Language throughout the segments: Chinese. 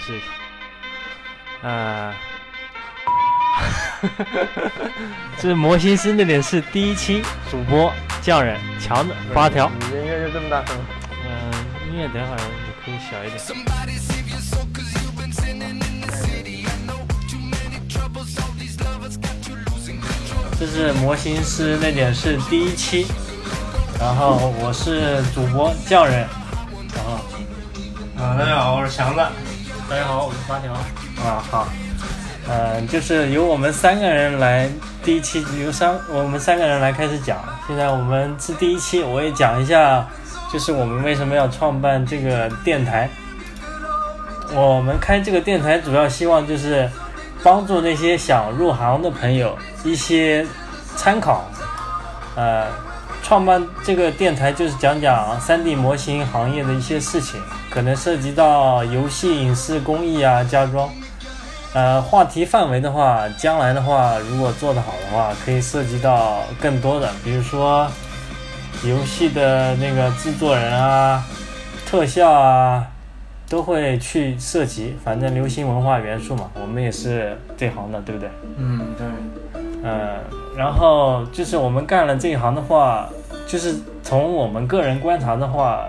是，呃， 这魔心师那点事第一期主播匠人强的八条，你音乐就这么大声吗？嗯、音乐等会儿你可以小一点。这是魔心师那点事第一期，然后我是主播匠人，然后啊，大家好，我是强子。大家好，我是八条。啊，好，嗯，就是由我们三个人来第一期由三我们三个人来开始讲。现在我们是第一期，我也讲一下，就是我们为什么要创办这个电台。我们开这个电台主要希望就是帮助那些想入行的朋友一些参考。呃，创办这个电台就是讲讲 3D 模型行业的一些事情，可能涉及到游戏、影视、工艺啊、家装。呃，话题范围的话，将来的话，如果做得好的话，可以涉及到更多的，比如说游戏的那个制作人啊、特效啊，都会去涉及。反正流行文化元素嘛，我们也是这行的，对不对？嗯，对，嗯，然后就是我们干了这一行的话，就是从我们个人观察的话，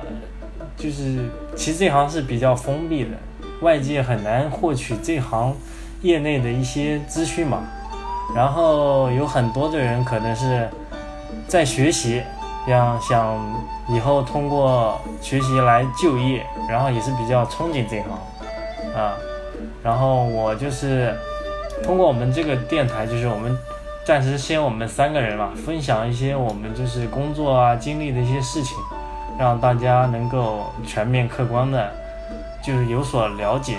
就是其实这行是比较封闭的，外界很难获取这行业内的一些资讯嘛。然后有很多的人可能是在学习，想想以后通过学习来就业，然后也是比较憧憬这一行啊。然后我就是通过我们这个电台，就是我们暂时先我们三个人嘛，分享一些我们就是工作啊经历的一些事情，让大家能够全面客观的，就是有所了解。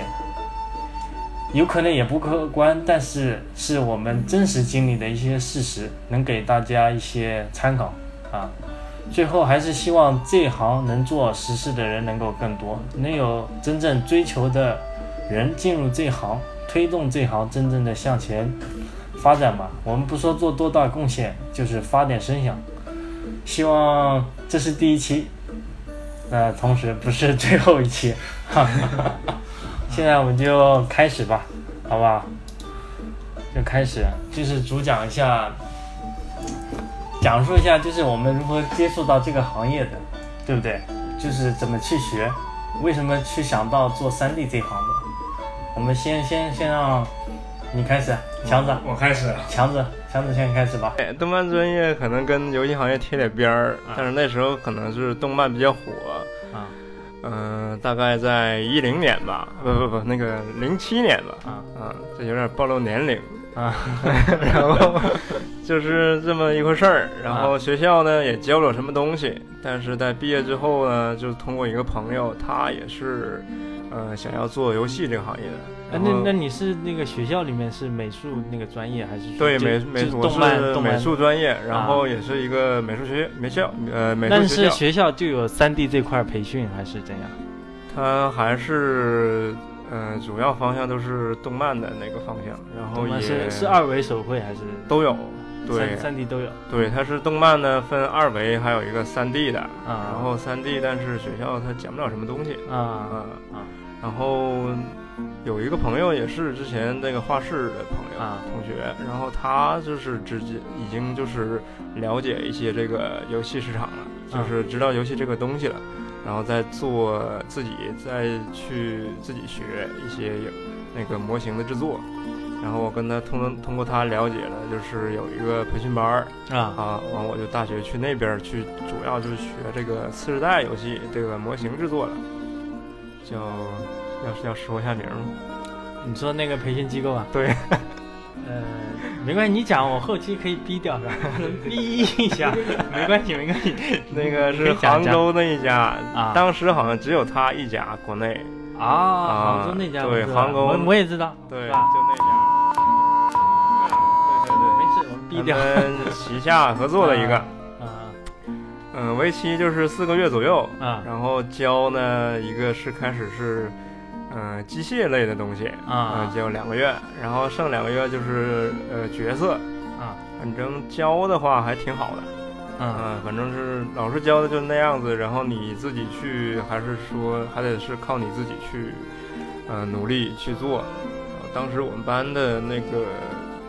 有可能也不客观，但是是我们真实经历的一些事实，能给大家一些参考啊。最后还是希望这行能做实事的人能够更多，能有真正追求的人进入这行，推动这行真正的向前发展吧。我们不说做多大贡献，就是发点声响。希望这是第一期，那同时不是最后一期。 哈哈哈哈现在我们就开始吧，好不好？就开始，就是主讲一下，讲述一下，就是我们如何接触到这个行业的，对不对？就是怎么去学，为什么去想到做 3D 这一行的？我们先先先让你开始，强子，我开始了。强子，强子先开始吧。哎，动漫专业可能跟游戏行业贴点边儿，但是那时候可能是动漫比较火，啊嗯、大概在一零年吧，不不不，那个零七年吧，啊啊，这有点暴露年龄，啊 然后就是这么一回事儿。然后学校呢也教不了什么东西，但是在毕业之后呢，就通过一个朋友，他也是，呃，想要做游戏这个行业的。那然哎那后那你是那个学校里面是美术那个专业还是对美美术我动漫是动美漫啊术专业，然后也是一个美术学美校呃美术但学是校，哦学校就有三 D 这块培训还是怎样？它还是呃主要方向都是动漫的那个方向，然后动漫也是是二维手绘还是都有。对三，三 D 都有对，它是动漫呢，分二维，还有一个三 D 的。然啊后三 D，但是学校它讲不了什么东西。啊啊啊。然后有一个朋友也是之前那个画室的朋友、啊同学，然后他就是直接已经就是了解一些这个游戏市场了，啊就是知道游戏这个东西了，然后再做自己再去自己学一些有那个模型的制作。然后我跟他通通过他了解了，就是有一个培训班儿，啊啊，完我就大学去那边儿去，主要就是学这个次世代游戏这个模型制作了，叫要要说一下名儿吗？你说那个培训机构啊？对， 呃，没关系，你讲，我后期可以逼掉的， 逼一下， 没关系，没关系那嗯个可是以讲杭州那一家，啊当时好像只有他一家国内，啊。杭州那家我对知道杭州我我也知道，对，是就吧那家，对对没事，我们逼对，掉 他们旗下合作的一个，啊嗯，为期就是四个月左右，啊然后教呢一个是开始是。嗯、机械类的东西，啊呃教两个月，然后剩两个月就是呃角色，啊反正教的话还挺好的，嗯、啊反正是老师教的就那样子，然后你自己去还是说还得是靠你自己去，嗯、呃努力去做。呃当时我们班的那个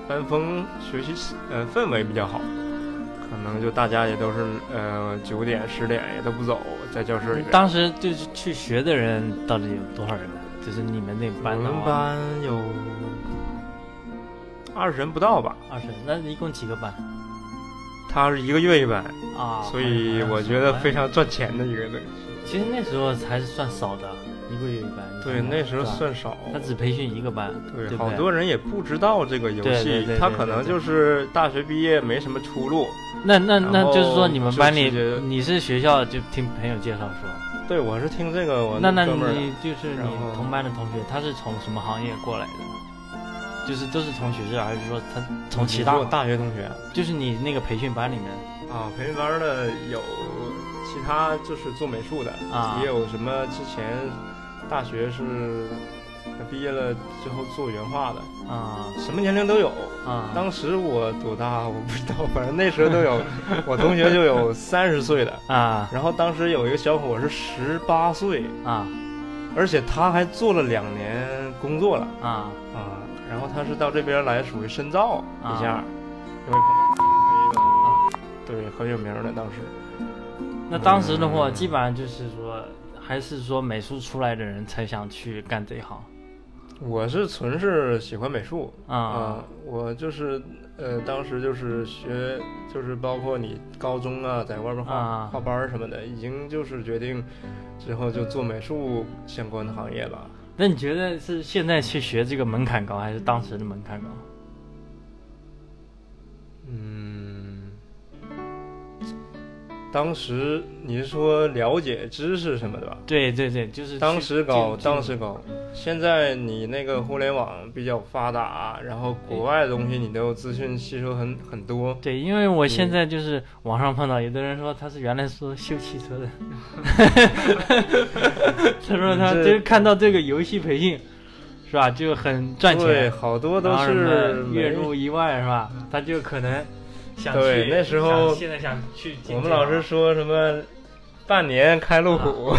班风学习气呃氛围比较好，可能就大家也都是呃九点十点也都不走，在教室里边。当时就是去学的人到底有多少人呢？啊就是你们那班我的们话，班有二十人不到吧，二十，那一共几个班他是一个月一班，啊？所以我觉得非。常赚钱的一个东西。其实那时候还是算少的，一个月一班。对，你看看那时候是吧算少，他只培训一个班，对，对不好对多人也不知道这个游戏，对对对他对可对能对就是大学毕业没什么出路。那那那然后就是说你们班里就直接你是学校就听朋友介绍说，对，我是听这个我那那哥们儿你的就是然你后同班的同学，他是从什么行业过来的？就是都是从学校，还是说他从其他我？大学同学就是你那个培训班里面啊，培训班的有其他就是做美术的，啊也有什么之前大学是毕业了之后做原画的，啊什么年龄都有。啊，当时我多大我不知道， 反正那时候都有，我同学就有三十岁的，啊然后当时有一个小伙是十八岁，啊而且他还做了两年工作了啊啊，然后他是到这边来属于深造一下，啊因为碰到黑的，啊对，很有名的当时。那当时的话，嗯基本上就是说，还是说美术出来的人才想去干这一行我是纯是喜欢美术啊我就是呃，当时就是学，就是包括你高中啊，在外边画、啊画班儿什么的，已经就是决定之后就做美术相关的行业吧。那你觉得是现在去学这个门槛高，还是当时的门槛高？嗯，当时你是说了解知识什么的吧？对对对，就是当去时高，进当时高。现在你那个互联网比较发达，然后国哎外的东西你都资讯吸收很很多。对，因为我现在就是网上碰到有的人说他是原来说修汽车的， 他说他这就是看到这个游戏培训，是吧，就很赚对，钱，好多都然后什是么没月入一万是吧？他就可能想去，对那时候想现在想去啊进这我行。们老师说什么半年开路啊虎，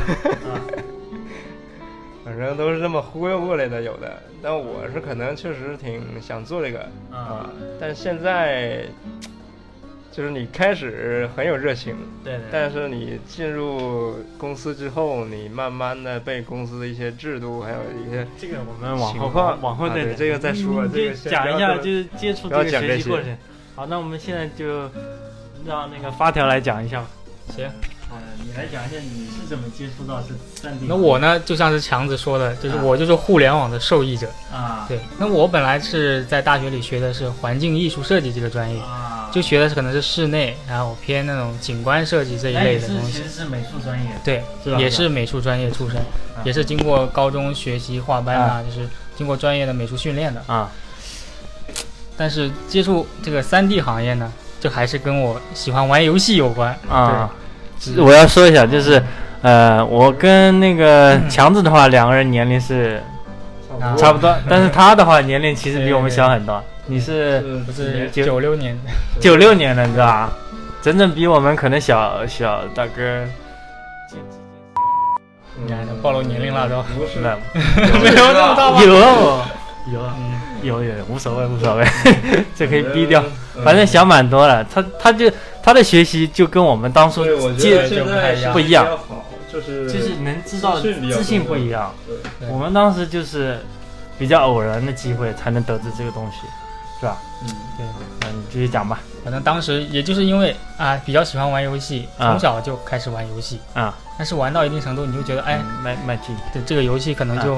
反正都是这么忽悠过来的，有的。但我是可能确实挺想做这个啊啊啊，，但现在就是你开始很有热情，对对，但是你进入公司之后，你慢慢的被公司的一些制度还有一些这个我们往后情况往后啊再对这个再嗯说，这就个先讲一下，不要就是接触不这要个讲学这习些过程。好，那我们现在就让那个发条来讲一下吧。行，好的，呃你来讲一下你是怎么接触到这三 D 那我呢，就像是强子说的，就是啊我就是互联网的受益者。啊对，那我本来是在大学里学的是环境艺术设计这个专业，啊，就学的是可能是室内，然后偏那种景观设计这一那类你是的东其西实。是美术专业对，是吧？啊也是美术专业出身，也是经过高中学习画班啊，就是经过专业的美术训练的。啊但是接触这个3 D 行业呢，就还是跟我喜欢玩游戏有关。啊。对我要说一下，就是，呃，我跟那个嗯强子的话，两个人年龄是啊差不多，但是他的话年龄其实比我们小很多。你是是不是九九六年？九六年的，你知道吧？整整比我们可能小小大哥，你看嗯暴露年龄了都。不是那没有那么大吧？有有嗯，有有有，无所谓无所 谓，这可以逼掉。嗯反正小蛮多了，他他就他的学习就跟我们当初对，我觉接得现在不一样比较好，就是就是能知道资讯比较资讯多不一样对。对我们当时就是比较偶然的机会才能得知这个东西，是吧？嗯对，那你继续讲吧。反正当时也就是因为啊比较喜欢玩游戏，啊从小就开始玩游戏啊。但是玩到一定程度，你就觉得哎，麦麦进对这个游戏可能就，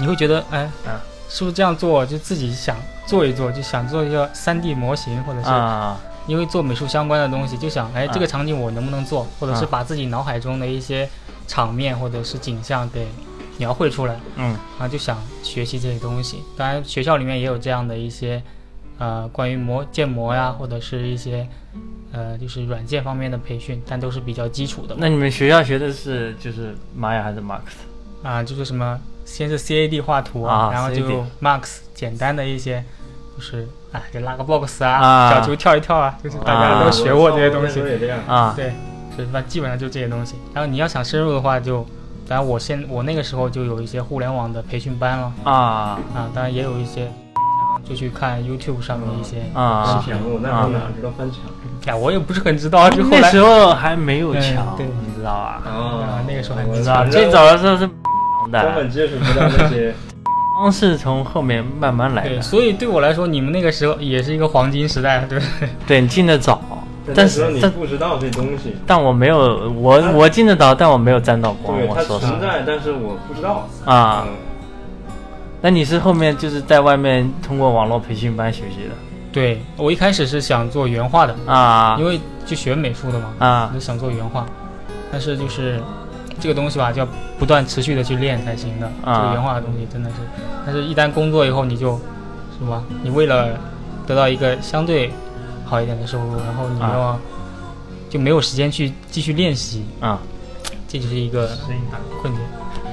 你会觉得哎啊，是不是这样做就自己想做一做，就想做一个3 D 模型，或者是啊因为做美术相关的东西，就想哎啊这个场景我能不能做，或者是啊把自己脑海中的一些场面或者是景象给描绘出来。嗯然后就想学习这些东西。当然，学校里面也有这样的一些，呃，关于模建模呀，或者是一些，呃，就是软件方面的培训，但都是比较基础的。那你们学校学的是就是玛雅还是 Max 啊、就是什么，先是 CAD 画图啊然后就 CAD Max 简单的一些，就是啊，就拉个 box 啊，啊小球跳一跳啊，就是大家都学过这些东西。也这样。啊？对，所以一般基本上就这些东西。然后你要想深入的话就，当然我现我那个时候就有一些互联网的培训班了啊啊，当然也有一些，就去看 YouTube 上面一些。啊！抢我那时候哪知道翻墙哎，我也不是很知道，就后那来时候还没有对墙，对你知道吧？啊那个时候还我不知道反正最早的时候是根的本，接触不到那些。光是从后面慢慢来对，的。所以对我来说，你们那个时候也是一个黄金时代，啊对不对？ 对，你进得早， 但那时候是你但不知道这东西，但我没有，我它我进得早，但我没有沾到光。对我它说实话存在，但是我不知道。啊，嗯那你是后面就是在外面通过网络培训班学习的对我一开始是想做原画的，啊因为就学美术的嘛，我啊就想做原画，但是就是这个东西吧，就要不断持续的去练才行的。啊这个原画的东西真的是，但是一旦工作以后，你就什么，你为了得到一个相对好一点的收入，然后你啊要、就没有时间去继续练习，啊！这就是一个声音大，困境，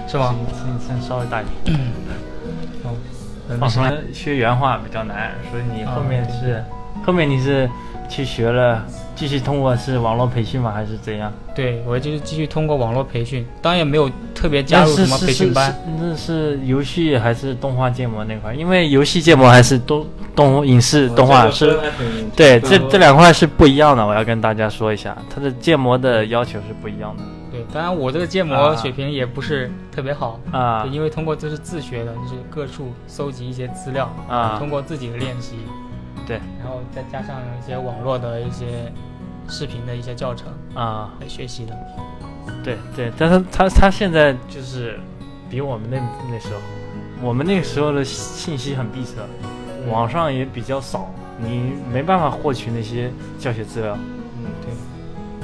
是吗？声音声音稍微大一点。哦，嗯我没事说学原画比较难，所以你后面是后面你是去学了，继续通过是网络培训吗？还是怎样？对我就是继续通过网络培训，当然也没有特别加入什么培训班，那是是是游戏还是动画建模那块？因为游戏建模还是动动影视动画哦是。嗯对，这这两块是不一样的，我要跟大家说一下，它的建模的要求是不一样的对，当然我这个建模啊水平也不是特别好，啊对，因为通过这是自学的，就是各处搜集一些资料，啊通过自己的练习，对然后再加上一些网络的一些视频的一些教程啊，来学习的。对对，但是他他现在就是比我们那那时候，我们那个时候的信息很闭塞，网上也比较少，你没办法获取那些教学资料，嗯，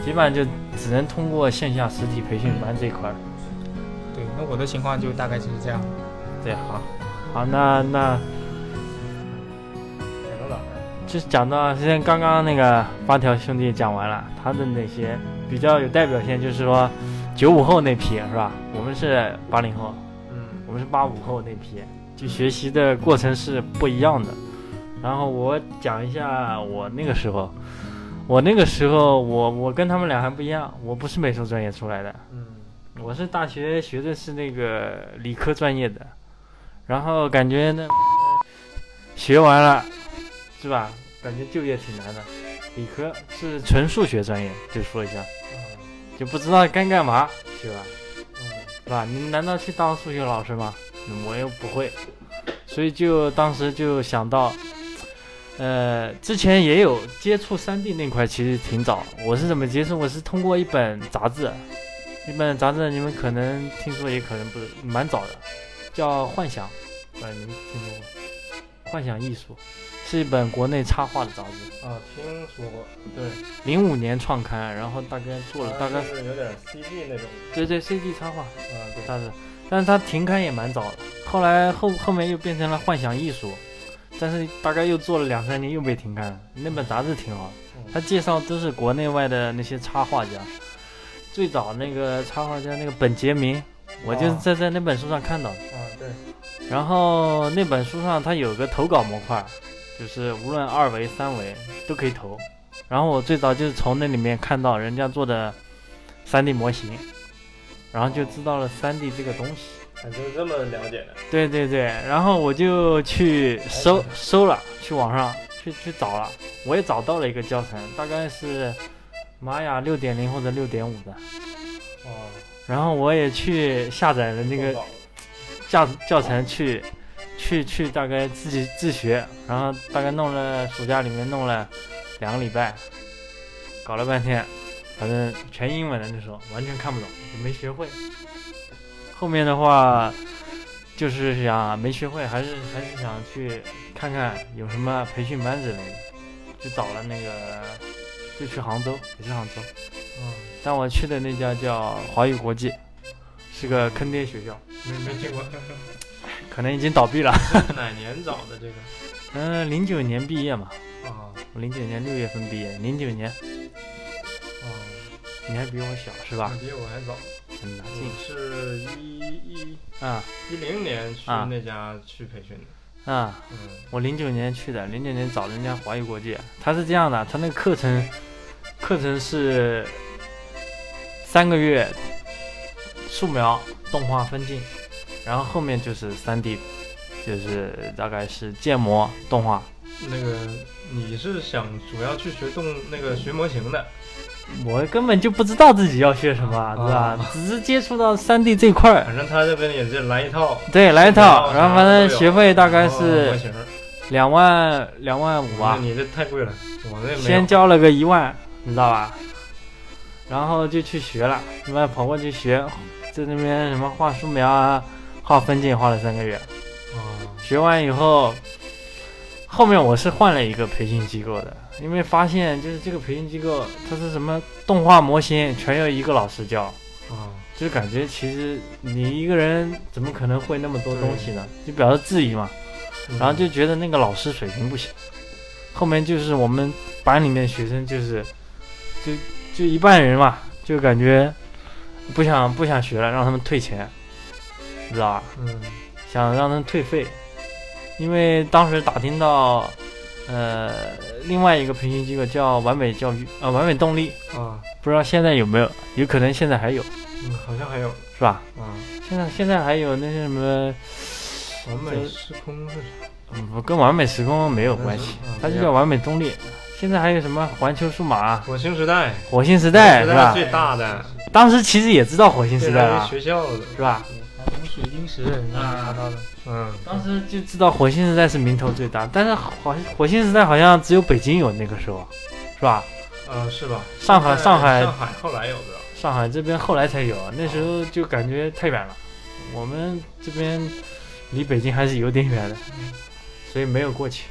基本上就只能通过线下实体培训班这一块儿。对，那我的情况就大概就是这样。对，好，好，那那嗯就是讲到现在刚刚那个发条兄弟讲完了，他的那些比较有代表性，就是说九五后那批是吧？我们是八零后，嗯，我们是八五后那批，就学习的过程是不一样的。然后我讲一下我那个时候，我那个时候我我跟他们俩还不一样，我不是美术专业出来的，嗯，我是大学学的是那个理科专业的，然后感觉呢，学完了，是吧？感觉就业挺难的。理科是纯数学专业，就说一下，就不知道该干嘛，学完，是吧？你难道去当数学老师吗？嗯我又不会，所以就当时就想到，呃，之前也有接触3 D 那块，其实挺早。我是怎么接触？我是通过一本杂志，一本杂志你们可能听说，也可能不是，蛮早的，叫《幻想》，不知道你们听说过？《幻想艺术》是一本国内插画的杂志，啊，听说过，对，零五年创刊，然后大概做了大概是有点 CG 那种，啊对对 CG 插画，啊，对，但是，但是它停刊也蛮早的，后来后后面又变成了幻想艺术，但是大概又做了两三年又被停刊了。那本杂志挺好嗯的，它介绍都是国内外的那些插画家，最早那个插画家那个本杰明，我就是哦在在那本书上看到的。啊，对，然后那本书上它有个投稿模块，就是无论二维、三维都可以投。然后我最早就是从那里面看到人家做的 3D 模型，然后就知道了 3D 这个东西。啊，就这么了解的，对对对，然后我就去搜搜了，去网上去去找了，我也找到了一个教程，大概是玛雅六点零或者六点五的，哦，然后我也去下载了那个 教教程去去去大概自己自学，然后大概弄了暑假里面弄了两个礼拜，搞了半天，反正全英文的那时候完全看不懂，也没学会。后面的话就是想没学会，还是还是想去看看有什么培训班之类的，就找了那个就去杭州，也是杭州，嗯，但我去的那家叫华语国际，是个坑爹学校。没没听过，可能已经倒闭了。哪年找的这个？嗯、零九年毕业嘛，啊，我零九年六月份毕业，零九年哦，你还比我小是吧？比我还早，很难我是一一啊一零年去啊那家去培训的，啊！嗯，我零九年去的，零九年找人家华谊国际，他是这样的，他那个课程课程是三个月素描动画分镜，然后后面就是三 D，就是大概是建模动画。那个你是想主要去学动那个学模型的，我根本就不知道自己要学什么，对吧？只是接触到三 D 这块儿，反正他这边也是来一套，对，来一套，哦然后反正学费大概然后模是型，两万两万五哇，啊，你这太贵了，我这嗯没有先交了个一万，你知道吧？然后就去学了，他妈跑过去学，在那边什么画素描啊，画分镜，画了三个月。哦学完以后，后面我是换了一个培训机构的，因为发现就是这个培训机构它是什么动画模型全由一个老师教，哦，就是感觉其实你一个人怎么可能会那么多东西呢？就表示质疑嘛，嗯然后就觉得那个老师水平不行。后面就是我们班里面学生就是，就就一半人嘛，就感觉不想不想学了，让他们退钱，你知道吧？嗯想让他退费，因为当时打听到，呃，另外一个培训机构叫完美教育啊、完美动力，啊，不知道现在有没有，有可能现在还有，嗯，好像还有是吧？啊，现在现在还有那些什么，完美时空是啥？嗯跟完美时空没有关系嗯，它就叫完美动力。现在还有什么环球数码、火星时代，火星时代，火是星时代吧是？最大的，当时其实也知道火星时代啊这是了，学校的，是吧？红啊水晶石啊拿到的，嗯，当时就知道火星时代是名头最大，但是好火星时代好像只有北京有那个时候，是吧？啊是吧？上海上海上海后来有的，上海这边后来才有，那时候就感觉太远了，我们这边离北京还是有点远的，所以没有过去，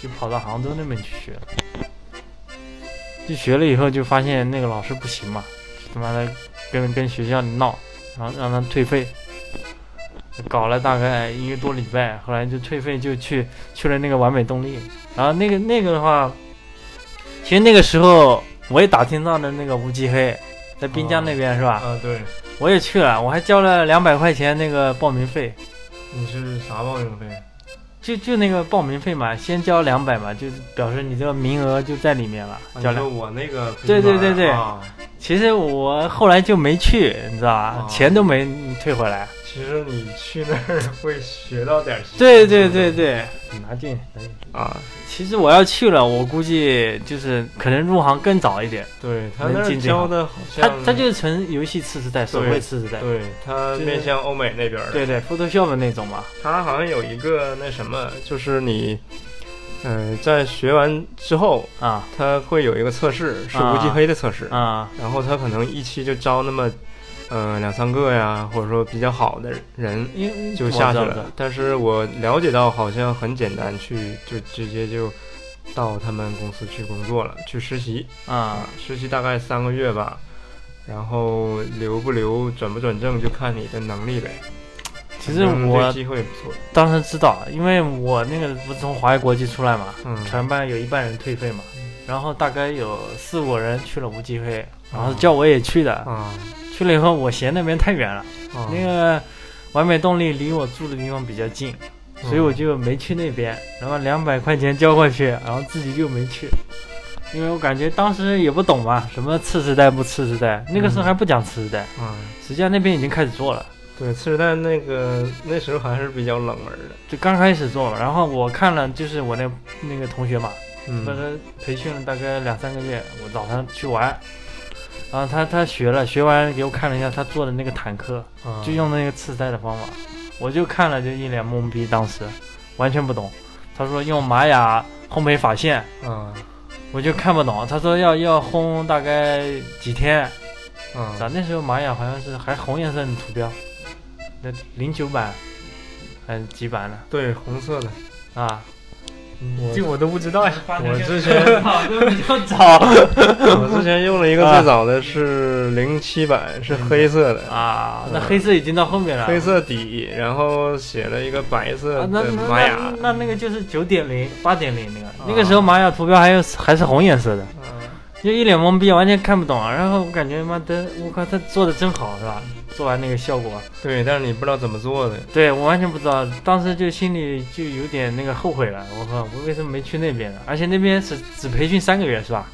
就跑到杭州那边去学了。就学了以后就发现那个老师不行嘛，就他妈的跟跟学校里闹，然后让他退费，搞了大概一个多礼拜，后来就退费就去去了那个完美动力，然后那个那个的话，其实那个时候我也打听到了那个无极黑，在滨江那边、是吧？啊对，我也去了，我还交了两百块钱那个报名费，你是啥报名费？就就那个报名费嘛，先交两百嘛，就是表示你这个名额就在里面了啊，交两你说。我那个对对对对啊其实我后来就没去，你知道吧哦？钱都没退回来。其实你去那儿 会学到点新的对对对对，拿进拿进。啊，其实我要去了，我估计就是可能入行更早一点。对他能那儿进这教行的好他像他就是纯游戏次时代，手绘次时代，对他就是面向欧美那边儿的，对对，Photoshop 那种嘛。他好像有一个那什么，就是你。嗯、在学完之后，啊他会有一个测试，是啊无极黑的测试，啊然后他可能一期就招那么，呃，两三个呀，或者说比较好的人因为 就下去我知道我知道了。但是我了解到，好像很简单，去就直接就到他们公司去工作了，去实习。啊，实习大概三个月吧，然后留不留、转不转正就看你的能力呗。其实反正我这机会不错，当时知道，因为我那个不是从华谊国际出来嘛，嗯，全班有一半人退费嘛，然后大概有四五个人去了无极黑，然后叫我也去的，啊去了以后我嫌那边太远了，啊，那个完美动力离我住的地方比较近，嗯所以我就没去那边，然后两百块钱交过去，然后自己就没去，因为我感觉当时也不懂嘛，什么次时代不次时代，那个时候还不讲次时代，啊，实际上那边已经开始做了。对，次时代那个那时候还是比较冷门的，就刚开始做，然后我看了，就是我那那个同学嘛，那嗯，个培训了大概两三个月，我找他去玩，然后他他学了，学完给我看了一下他做的那个坦克，啊就用那个次代的方法，我就看了就一脸懵逼，当时完全不懂。他说用玛雅烘焙法线，啊我就看不懂。他说要要烘大概几天，啊咱那时候玛雅好像是还红颜色的图标，那零九版还是几版呢？对，红色的，啊，我嗯这我都不知道呀。我之前我之前用了一个最早的是零七版，是黑色的。 啊，那黑色已经到后面了。嗯黑色底，然后写了一个白色啊啊，那的那呃玛雅，啊那那那个就是九点零、八点零那个，那个时候玛雅图标还有还是红颜色的，就一脸懵逼，完全看不懂。啊然后我感觉妈的，我靠，他做的真好，是吧？做完那个效果，对，但是你不知道怎么做的，对我完全不知道，当时就心里就有点那个后悔了。我靠，我为什么没去那边呢？而且那边只只培训三个月，是吧？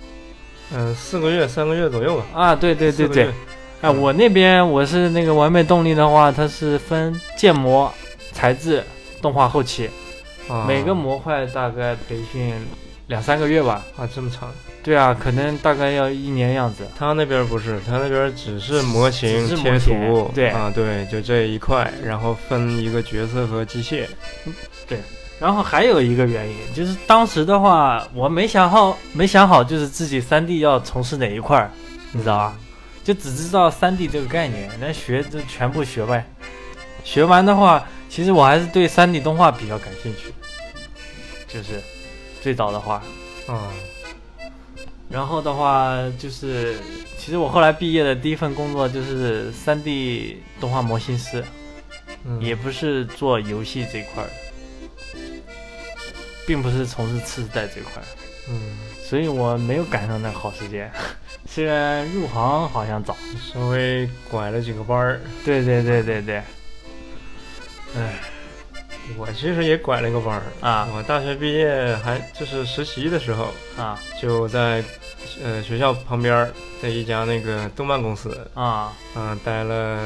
嗯、四个月、三个月左右吧。啊，对对对四个月对。哎，我那边我是那个完美动力的话，它是分建模、材质、动画后期，啊每个模块大概培训两三个月吧。啊这么长，对啊，可能大概要一年样子。他那边不是，他那边只是模型只是贴模型图，对啊对，就这一块，然后分一个角色和机械，然后还有一个原因就是当时的话，我没想好，没想好就是自己三 D 要从事哪一块儿，你知道吧？就只知道三 D 这个概念，那学就全部学呗。学完的话，其实我还是对三 D 动画比较感兴趣，就是最早的话。啊然后的话就是，其实我后来毕业的第一份工作就是三 D 动画模型师。嗯也不是做游戏这块儿的，并不是从事次世代这块儿，嗯，所以我没有赶上那个好时间。 虽然入行好像早，稍微拐了几个弯儿，对对对对对，我其实也拐了个弯儿啊我大学毕业还就是实习的时候，啊就在呃学校旁边儿的一家那个动漫公司，啊嗯、待了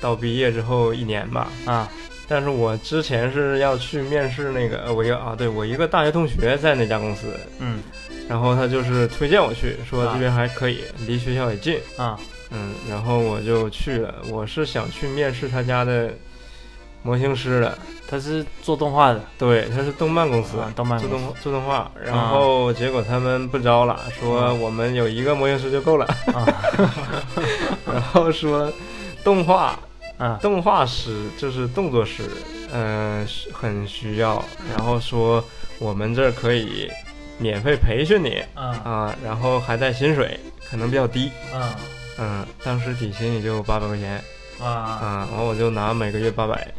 到毕业之后一年吧。啊但是我之前是要去面试那个，呃我一个啊，对我一个大学同学在那家公司，嗯然后他就是推荐我去，说啊这边还可以，离学校也近，啊嗯，然后我就去了。我是想去面试他家的模型师的，他是做动画的，对，他是动漫公司，啊，动漫做公司动做动画，然后结果他们不招了，说我们有一个模型师就够了，啊 然后说动画啊动画师就是动作师，嗯、需很需要，然后说我们这儿可以免费培训你啊啊，然后还带薪水，可能比较低，啊嗯，当时底薪也就八百块钱啊，啊，然后我就拿每个月八百，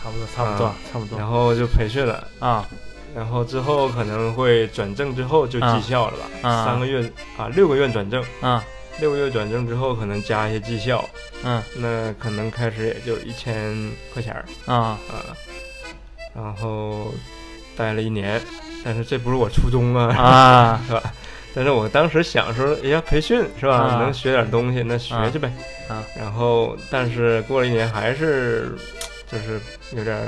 差不多差不多差不多然后就培训了。啊然后之后可能会转正之后就绩效了吧，啊三个月啊六个月转正，啊六个月转正之后可能加一些绩效，嗯那可能开始也就一千块钱儿 啊啊，然后待了一年，但是这不是我初衷啊，啊是吧？ 但是我当时想说，哎呀，培训是吧，啊能学点东西，那学去呗。啊然后，但是过了一年，还是就是有点儿，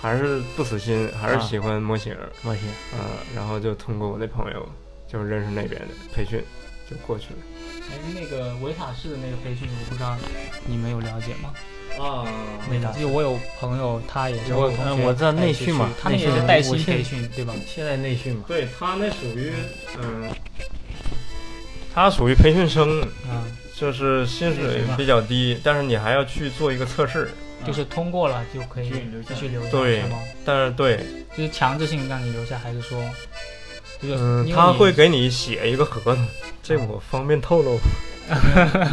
还是不死心，还是啊喜欢模型儿。模型嗯，然后就通过我那朋友，就认识那边的培训，就过去了。哎，那个维塔士的那个培训，我不知道你们有了解吗？哦啊，那嗯个，就我有朋友，他也是我同嗯学我知道带内去训嘛去他那内个训是带我嗯薪现培训，对吧？现在内训嘛，对他那属于嗯，他属于培训生，啊，就是薪那水什么比较低，但是你还要去做一个测试。就是通过了就可以继续留下继续留下，对是吗？但是对，就是强制性让你留下，还是说，就是嗯，因为他你会给你写一个合同，这我方便透露，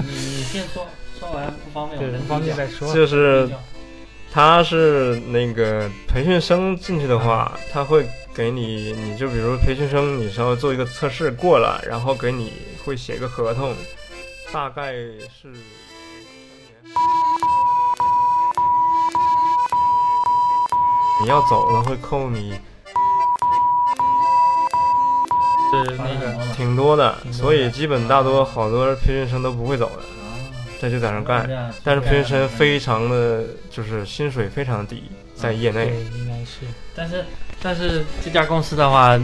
你你先说，说完不方便，我对们方便再再说，就是他是那个培训生进去的话，他会给你，你就比如培训生，你稍微做一个测试过了，然后给你会写个合同，大概是你要走了会扣你是那那个个挺多的，挺多的所以基本大多好多培训生都不会走的，他就在那儿干。啊干但是培训生非常的就是薪水非常低，在业内对，应该是但是但是这家公司的话，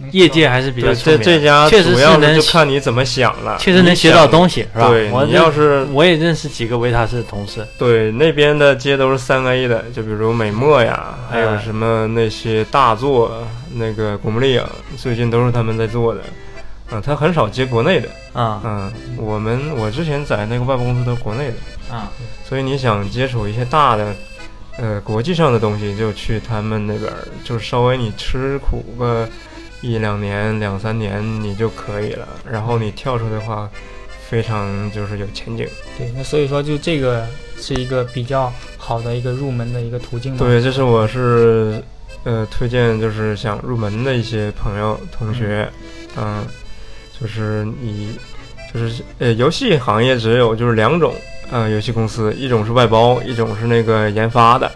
能业界还是比较对出名这的这家确实主是要能就看你怎么想了，确实能学到东西，是西吧？对，我你这要是我也认识几个维塔士的同事，对那边的街都是三 A 的，就比如美墨呀，还哎有什么那些大作，那个古墓丽影，最近都是他们在做的。嗯，他很少接国内的。啊嗯，我们我之前在那个外部公司都是国内的，啊所以你想接触一些大的，呃，国际上的东西，就去他们那边儿，就是稍微你吃苦个一两年、两三年，你就可以了。然后你跳出的话，非常就是有前景。对。那所以说，就这个是一个比较好的一个入门的一个途径嘛。对，这是我是呃推荐，就是想入门的一些朋友、同学，嗯、就是你就是呃游戏行业只有就是两种呃游戏公司，一种是外包，一种是那个研发的，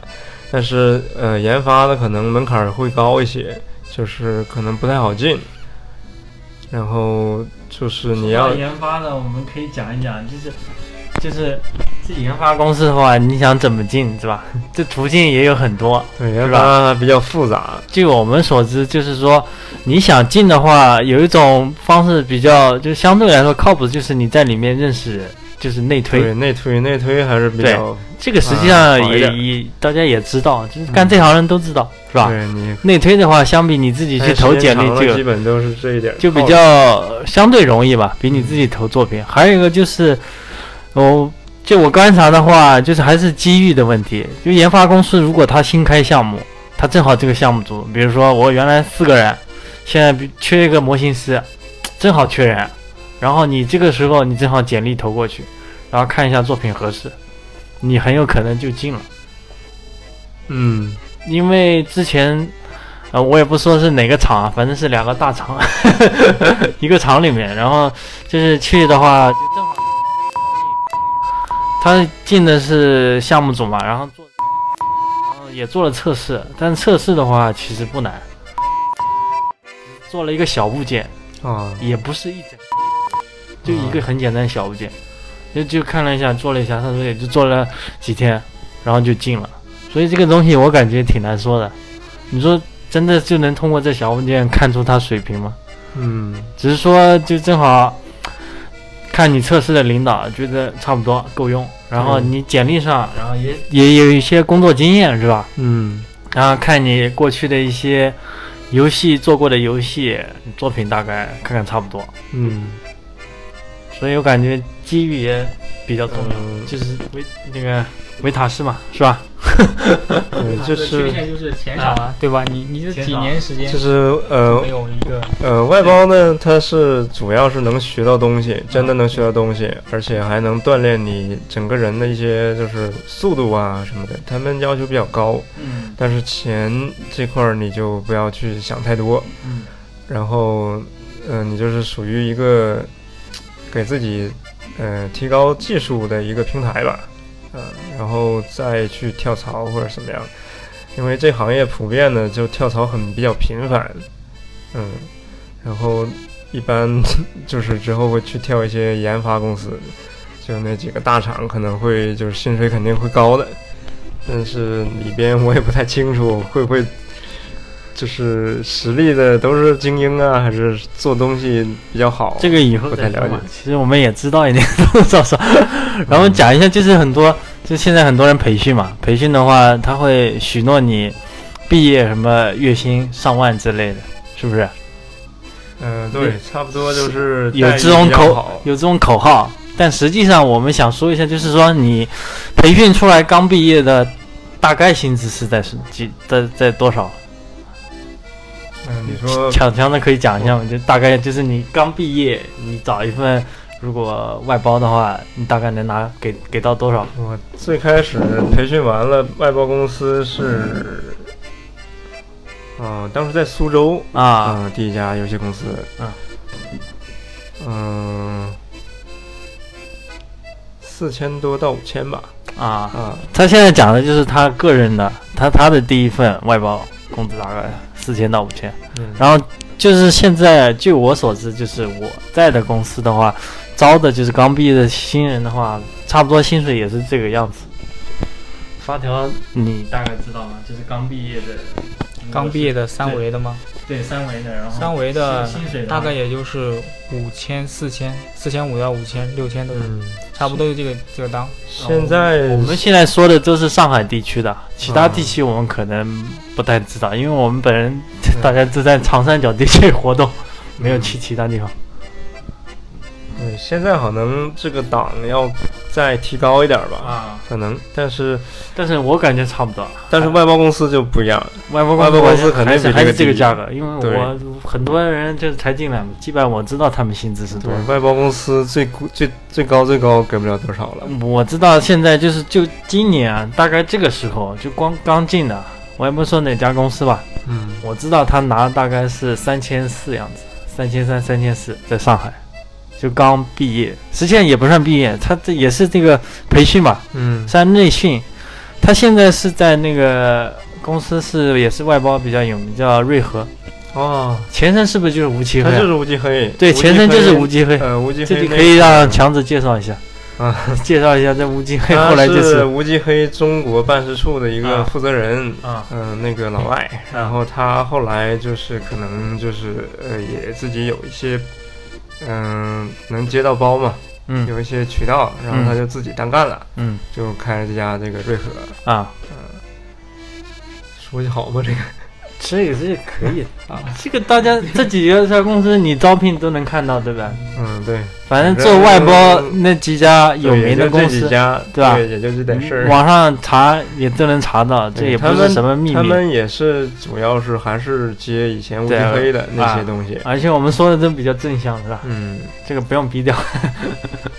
但是呃研发的可能门槛儿会高一些，就是可能不太好进，然后就是你要研发的，我们可以讲一讲，就是就是自己研发公司的话，你想怎么进是吧？ 这途径也有很多。对，研发比较复杂，据我们所知，就是说你想进的话，有一种方式比较就相对来说靠谱，就是你在里面认识人，就是内推。对内推内推还是比对较这个实际啊上好一也点嗯也大家也知道，就是干这行人都知道，是吧？对你内推的话，相比你自己去投简历哎时间长了这个基本都是这一点儿哦就比套路较呃相对容易吧，比你自己投作品。还有一个就是，我、就我观察的话，就是还是机遇的问题。就研发公司如果他新开项目，他正好这个项目组，比如说我原来四个人，现在比缺一个模型师，正好缺人，然后你这个时候你正好简历投过去，然后看一下作品合适，你很有可能就进了。嗯，因为之前，呃，我也不说是哪个厂啊，反正是两个大厂， 一个厂里面，然后就是去的话，就正好他进的是项目组嘛，然后做，然后也做了测试，但测试的话其实不难，做了一个小部件，啊，也不是一整，就一个很简单的小物件，就就看了一下，做了一下，他说也就做了几天，然后就进了。所以这个东西我感觉挺难说的。你说真的就能通过这小物件看出他水平吗？嗯，只是说就正好看你测试的领导觉得差不多够用，然后嗯你简历上，然后也也有一些工作经验是吧？嗯，然后看你过去的一些游戏做过的游戏作品，大概看看差不多。嗯，所以我感觉机遇也比较重要，嗯就是维那个维塔斯嘛，是吧？对，它呃就的是缺陷就是钱少啊，对吧？你你这钱几少年时间就是呃没有一个呃，外包呢，它是主要是能学到东西，真的能学到东西，而且还能锻炼你整个人的一些就是速度啊什么的，他们要求比较高。嗯但是钱这块儿你就不要去想太多，嗯，然后，嗯、你就是属于一个给自己，呃，提高技术的一个平台吧，嗯、然后再去跳槽或者什么样，因为这行业普遍的就跳槽很比较频繁，嗯，然后一般 就是之后会去跳一些研发公司，就那几个大厂可能会就是薪水肯定会高的，但是里边我也不太清楚会不会就是实力的都是精英啊，还是做东西比较好？啊这个以后不太再说了嘛解。其实我们也知道一点多多少 少，然后讲一下，就是很多，就现在很多人培训嘛，培训的话他会许诺你毕业什么月薪上万之类的，是不是？嗯、对，差不多就是有待遇这种比较口好有这种口号，但实际上我们想说一下，就是说你培训出来刚毕业的大概薪资是在是几在在多少？嗯、你说强强的可以讲一下吗？就大概就是你刚毕业，你找一份如果外包的话，你大概能拿给给到多少？我最开始培训完了，外包公司是，嗯、当时在苏州啊，啊、第一家游戏公司，啊嗯，四千多到五千吧，啊，啊，他现在讲的就是他个人的，他他的第一份外包工资大概四千到五千，嗯然后就是现在据我所知，就是我在的公司的话，招的就是刚毕业的新人的话，差不多薪水也是这个样子。发条你大概知道吗？就是刚毕业的，刚毕业的三维的吗？对三维的，然后三维的薪水大概也就是五千、四千、四千五到五千、六千都有，嗯，差不多就这个这个档。现在呃哦我们现在说的都是上海地区的，其他地区我们可能不太知道，因为我们本人嗯大家都在长三角地区活动， 没有去其他地方。对嗯现在可能这个档要再提高一点吧，啊，可能，但是但是我感觉差不多。但是外包公司就不一样了，外包外包公公司肯还定是比这个还是这个低价格，因为对我很多人就是才进来嘛，基本上我知道他们薪资是多对少，。外包公司最估最最高最高给不了多少了，我知道现在就是就今年啊，大概这个时候就光刚进的，我也不说哪家公司吧，嗯，我知道他拿大概是三千四样子，三千三、三千四，在上海，就刚毕业，实际上也不算毕业，他这也是这个培训嘛，嗯，算内训。他现在是在那个公司是也是外包比较有名，叫瑞和，哦，前身是不是就是吴奇他黑啊？就是无极黑，对，无极前身就是黑无机黑，呃，无极这黑里那啊可以让强子介绍一下。 介绍一下这乌鸡黑，他 后来就是无极黑中国办事处的一个啊负责人，啊嗯、那个老外，然后他后来就是可能就是呃也自己有一些，嗯、能接到包嘛，嗯有一些渠道，然后他就自己单干了，嗯就开了这家这个瑞和，啊，说起好吧这个，这个这个可以啊，这个大家这几个小公司你招聘都能看到，对 吧？嗯对，反正反做外包正那几家有对也名的就这公几司，家，对吧也就这点事儿。网上查也都能查到，这对也他不是们什么秘他密。们也是主要是还是接以前乌漆对黑的那啊些东西，而且我们说的都比较正向，是吧？嗯，这个不用逼掉，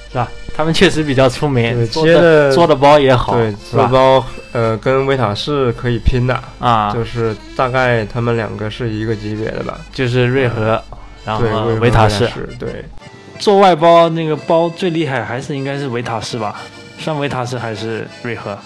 是吧？他们确实比较出名，对，嗯做接的的做的包也好，对，是做吧？包呃跟维塔士可以拼的，啊，就是大概他们两个是一个级别的吧。就是瑞和，然对，后和啊维塔士对，做外包那个包最厉害还是应该是维塔士吧？算维塔士还是瑞和？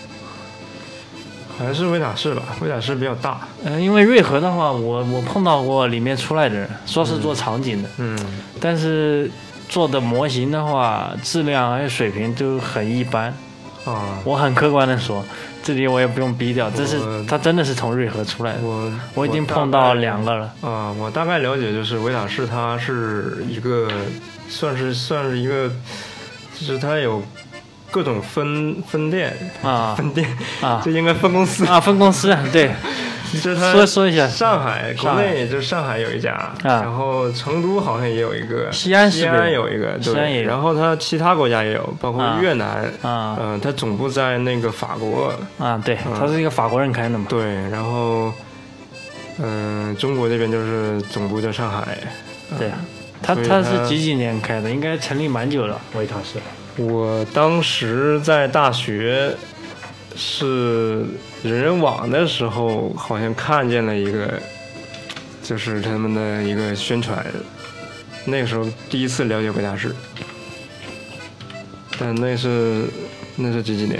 还是维塔士吧，维塔士比较大。嗯，因为瑞和的话，我我碰到过里面出来的人，说是做场景的，嗯，但是做的模型的话，质量还有水平都很一般。啊，我很客观的说，这里我也不用逼掉，这是我他真的是从瑞和出来的。我我已经大碰到概两个了，啊，我大概了解就是维塔士，它是一个算是算是一个，就是它有各种分分店 啊分店，啊这应该分公 司。啊！分公司，对，就是它说说一下，上海国上海啊内就是上海有一家，然后成都好像也有一个，西安是西不是安有一个，对，西安也有然后它其他国家也有，包括啊越南，嗯、啊它总部在那个法国，啊，对，他是一个法国人开的嘛，对，然后，嗯、中国这边就是总部在上海，对，嗯他所以他他是几几年开的？应该成立蛮久了，维塔士。我当时在大学是人人网的时候，好像看见了一个，就是他们的一个宣传。那个时候第一次了解北大士，但那是那是几几年？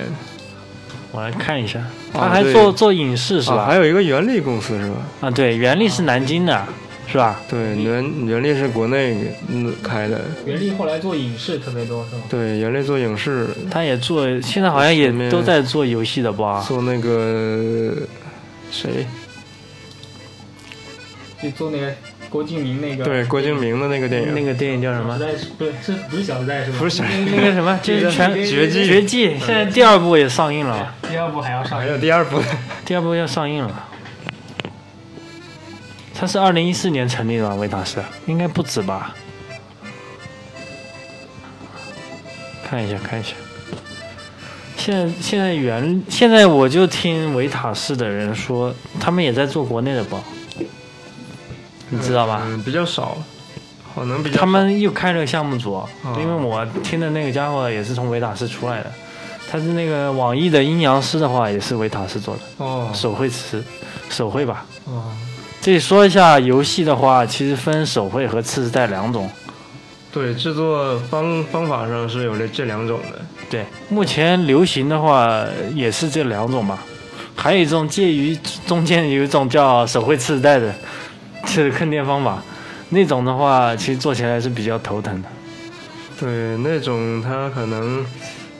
我来看一下，啊他还对做做影视是啊，吧？还有一个原力公司是吧？啊，对，原力是南京的，是吧？对，原原力是国内嗯开的，袁立后来做影视特别多是吗？对，原力做影视，他也做，现在好像也前面都在做游戏的吧？做那个谁？就做那个郭敬明那个对，郭敬明的那个电影，那个电影叫什么？代不是是不是小时代是吧？不是小时代那个什么，就是全绝技绝技，现在第二部也上映了，第二部还要上还有第二部。第二部要上映了。它是二零一四年成立的吧维塔斯，应该不止吧？看一下，看一下。现在现在原现在我就听维塔士的人说，他们也在做国内的包，你知道吧？嗯，比较少，可能比较他们又开了个项目组，哦因为我听的那个家伙也是从维塔斯出来的，他是那个网易的阴阳师的话也是维塔斯做的，哦手绘词，手绘吧。哦，这里说一下游戏的话，其实分手绘和次世代两种。对，制作方方法上是有这这两种的，对，目前流行的话也是这两种吧，还有一种介于中间有一种叫手绘次世代的，就是坑爹方法，那种的话其实做起来是比较头疼的。对，那种它可能，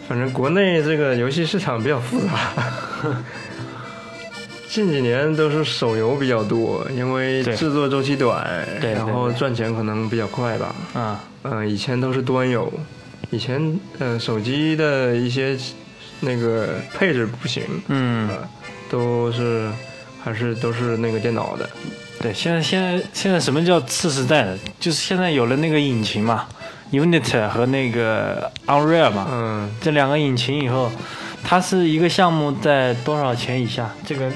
反正国内这个游戏市场比较复杂。 近几年都是手游比较多，因为对制作周期短，对然对后对赚钱可能比较快吧。嗯，嗯、以前都是端游，以前呃手机的一些那个配置不行，嗯。呃，都是还是都是那个电脑的。对，现在现在现在什么叫次时代的？就是现在有了那个引擎嘛，Unity 和那个 Unreal 嘛，嗯，这两个引擎以后，它是一个项目在多少钱以下？这个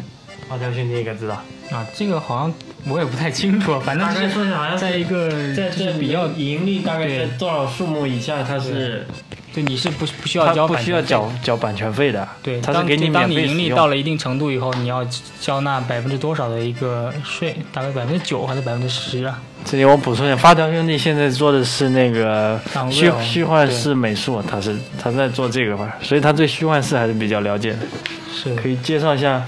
华侨兄弟应该知道。啊，这个好像我也不太清楚，反正就是说好像在一个就是比较，盈利大概在多少数目以下，它是就你是不不需要它交不版需要权费缴缴版权费的，对，它当是给就你免当你费盈使利用到了一定程度以后，你要交纳百分之多少的一个税？大概百分之九还是百分之十啊？这里我补充一下，发条兄弟现在做的是那个当虚然虚幻式美术，他是他在做这个吧，所以他对虚幻式还是比较了解的。是可以介绍一下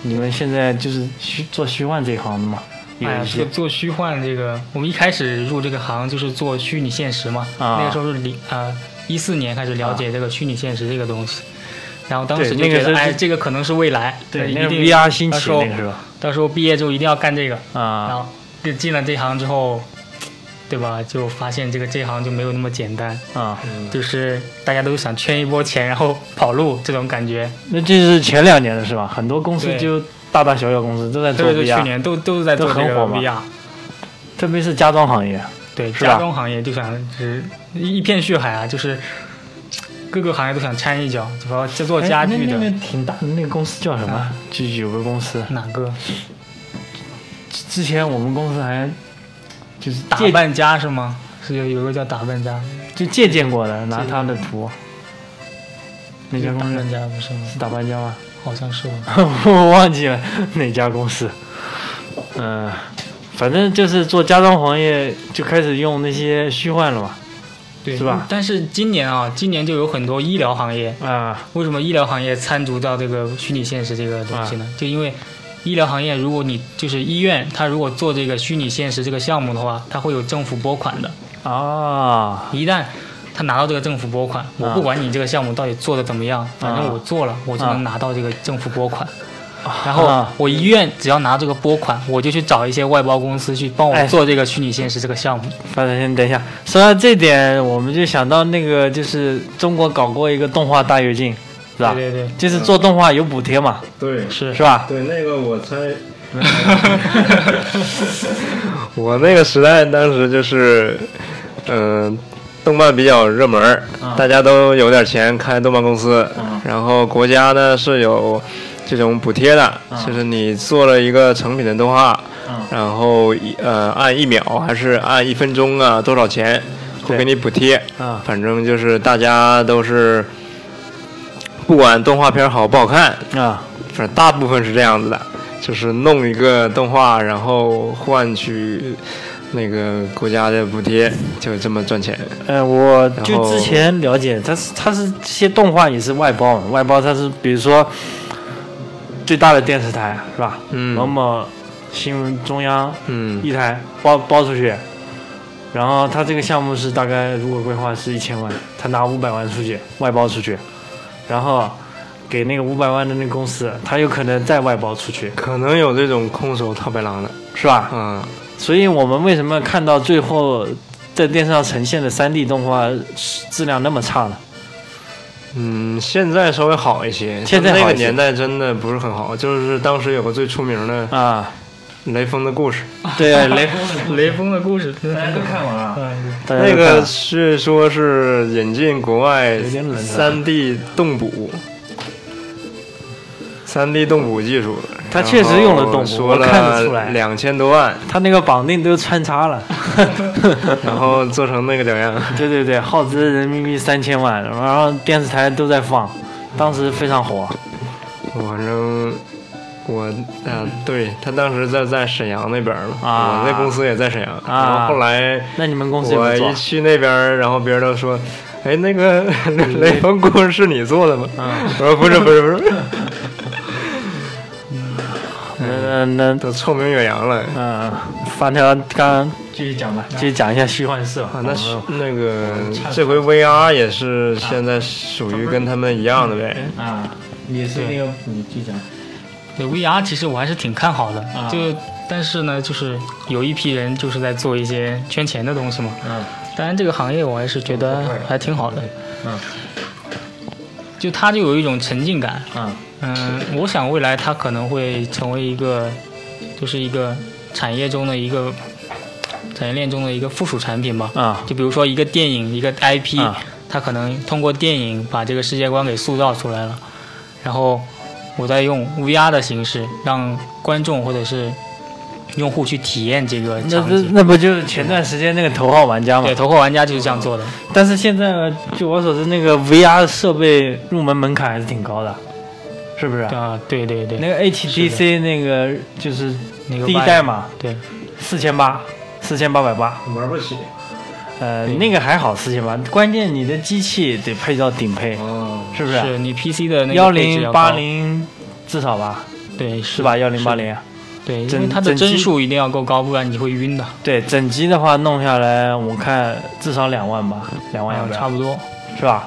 你们现在就是虚做虚幻这一行的吗？有哎呀，一做些做虚幻这个，我们一开始入这个行就是做虚拟现实嘛。啊那个时候是零啊、一四年开始了解这个虚拟现实这个东西，然后当时就对那个觉得，是哎，这个可能是未来，对，一那个定 VR 兴到起时候那个是吧？到时候毕业之后一定要干这个。然啊后就进了这行之后，对吧？就发现这个这行就没有那么简单，啊，就是大家都想圈一波钱，然后跑路这种感觉。那这是前两年的是吧？很多公司对就大大小小公司都在做对对，去 VR，年都都是在都做这很个火嘛 VR，特别是家装行业，对，是吧家装行业就想就是一一片血海啊，就是各个行业都想掺一脚，主要就做家具哎那的、那个挺大的那个公司叫什么啊？就有个公司，哪个之之前我们公司还就是打借扮家是吗？是有有个叫打扮家，就借鉴过的，拿借鉴他的图。那家打公司扮家不是吗？是打扮家 吗？好像是吧。我忘记了哪家公司。嗯、反正就是做家装行业就开始用那些虚幻了嘛。对，是吧但是今年啊，今年就有很多医疗行业，啊、为什么医疗行业参足到这个虚拟现实这个东西啊呢？就因为医疗行业，如果你就是医院，它如果做这个虚拟现实这个项目的话，它会有政府拨款的。啊，一旦他拿到这个政府拨款，我不管你这个项目到底做的怎么样，反啊正我做了，我就能拿到这个政府拨款。然后啊我医院只要拿这个拨款，我就去找一些外包公司去帮哎我做这个虚拟现实这个项目。反正先等一下，说到这点，我们就想到那个就是中国搞过一个动画大跃进，是吧？对对对，就是做动画有补贴嘛，对是是吧？对，那个我猜， 我那个时代当时就是，嗯、动漫比较热门儿，啊大家都有点钱开动漫公司，然后国家呢是有这种补贴的，啊就是你做了一个成品的动画，然后一呃按一秒还是按一分钟啊多少钱会给你补贴，啊反正就是大家都是。不管动画片好不好看，啊反正大部分是这样子的，就是弄一个动画，然后换取那个国家的补贴，就这么赚钱。呃，我然就后之前了解，它是它是这些动画也是外包嘛，外包它是比如说最大的电视台是吧？嗯某某新闻中央嗯一台包包出去，然后它这个项目是大概如果规划是一千万，他拿五百万出去外包出去，然后给那个五百万的那个公司，他有可能再外包出去，可能有这种空手套白狼的，是吧？嗯，所以我们为什么看到最后在电视上呈现的 3D 动画质量那么差呢？嗯，现在稍微好一些，现在好一些那个年代真的不是很好，就是当时有个最出名的啊， 《雷锋的故事 对啊，雷雷锋的 故事，真的很看完了，嗯大家都呃那看个了是说是引进国外有点冷啊三 D 动捕。三 D 动捕技术，他确实用了动捕然后说我看得出来了两千多万，他那个绑定都穿插 了，然后做成那个屌样。 对对对，耗资人民币三千万，然后电视台都在放，当时非常火。我反正我啊，对他当时在在沈阳那边嘛，啊我那公司也在沈阳。然后后来那你们公司有没我有做一？去那边，然后别人都说。哎，那个嗯雷锋故事是你做的吗？我说不是，不是，不是，那那那都臭名远扬了。嗯，发条刚继续讲吧。继续讲一下虚幻室吧啊，。那是那个这回 VR 也是现在属于跟他们一样的呗。啊，也是那个你继续讲对 VR 其实我还是挺看好的，啊就但是呢，就是有一批人就是在做一些圈钱的东西嘛。嗯。当然，这个行业我还是觉得还挺好的。嗯。就它就有一种沉浸感。啊嗯，我想未来它可能会成为一个，就是一个产业中的一个产业链中的一个附属产品吧。啊就比如说一个电影，一个 IP，、啊它可能通过电影把这个世界观给塑造出来了，然后我再用 VR 的形式让观众或者是用户去体验这个那场不景。那不就是前段时间那个头号玩家吗对，？头号玩家就是这样做的。但是现在呢，据我所知，那个 VR 设备入门门槛还是挺高的，是不是？啊，对对对，那个 HTC 那个就是那个第一 Vive，代嘛，对四千八，四千八百八，哎玩不起。呃，对那个还好，四千八，关键你的机器得配到顶配，哦，是啊不是是？你 PC 的那个幺配置零要八高，零至少吧，对是是吧？幺零八，零，对，因整为它的整机帧数一定要够高，不然你会晕的。对，整机的话弄下来，我看至少两万吧，两万要啊不要？差不多，是吧？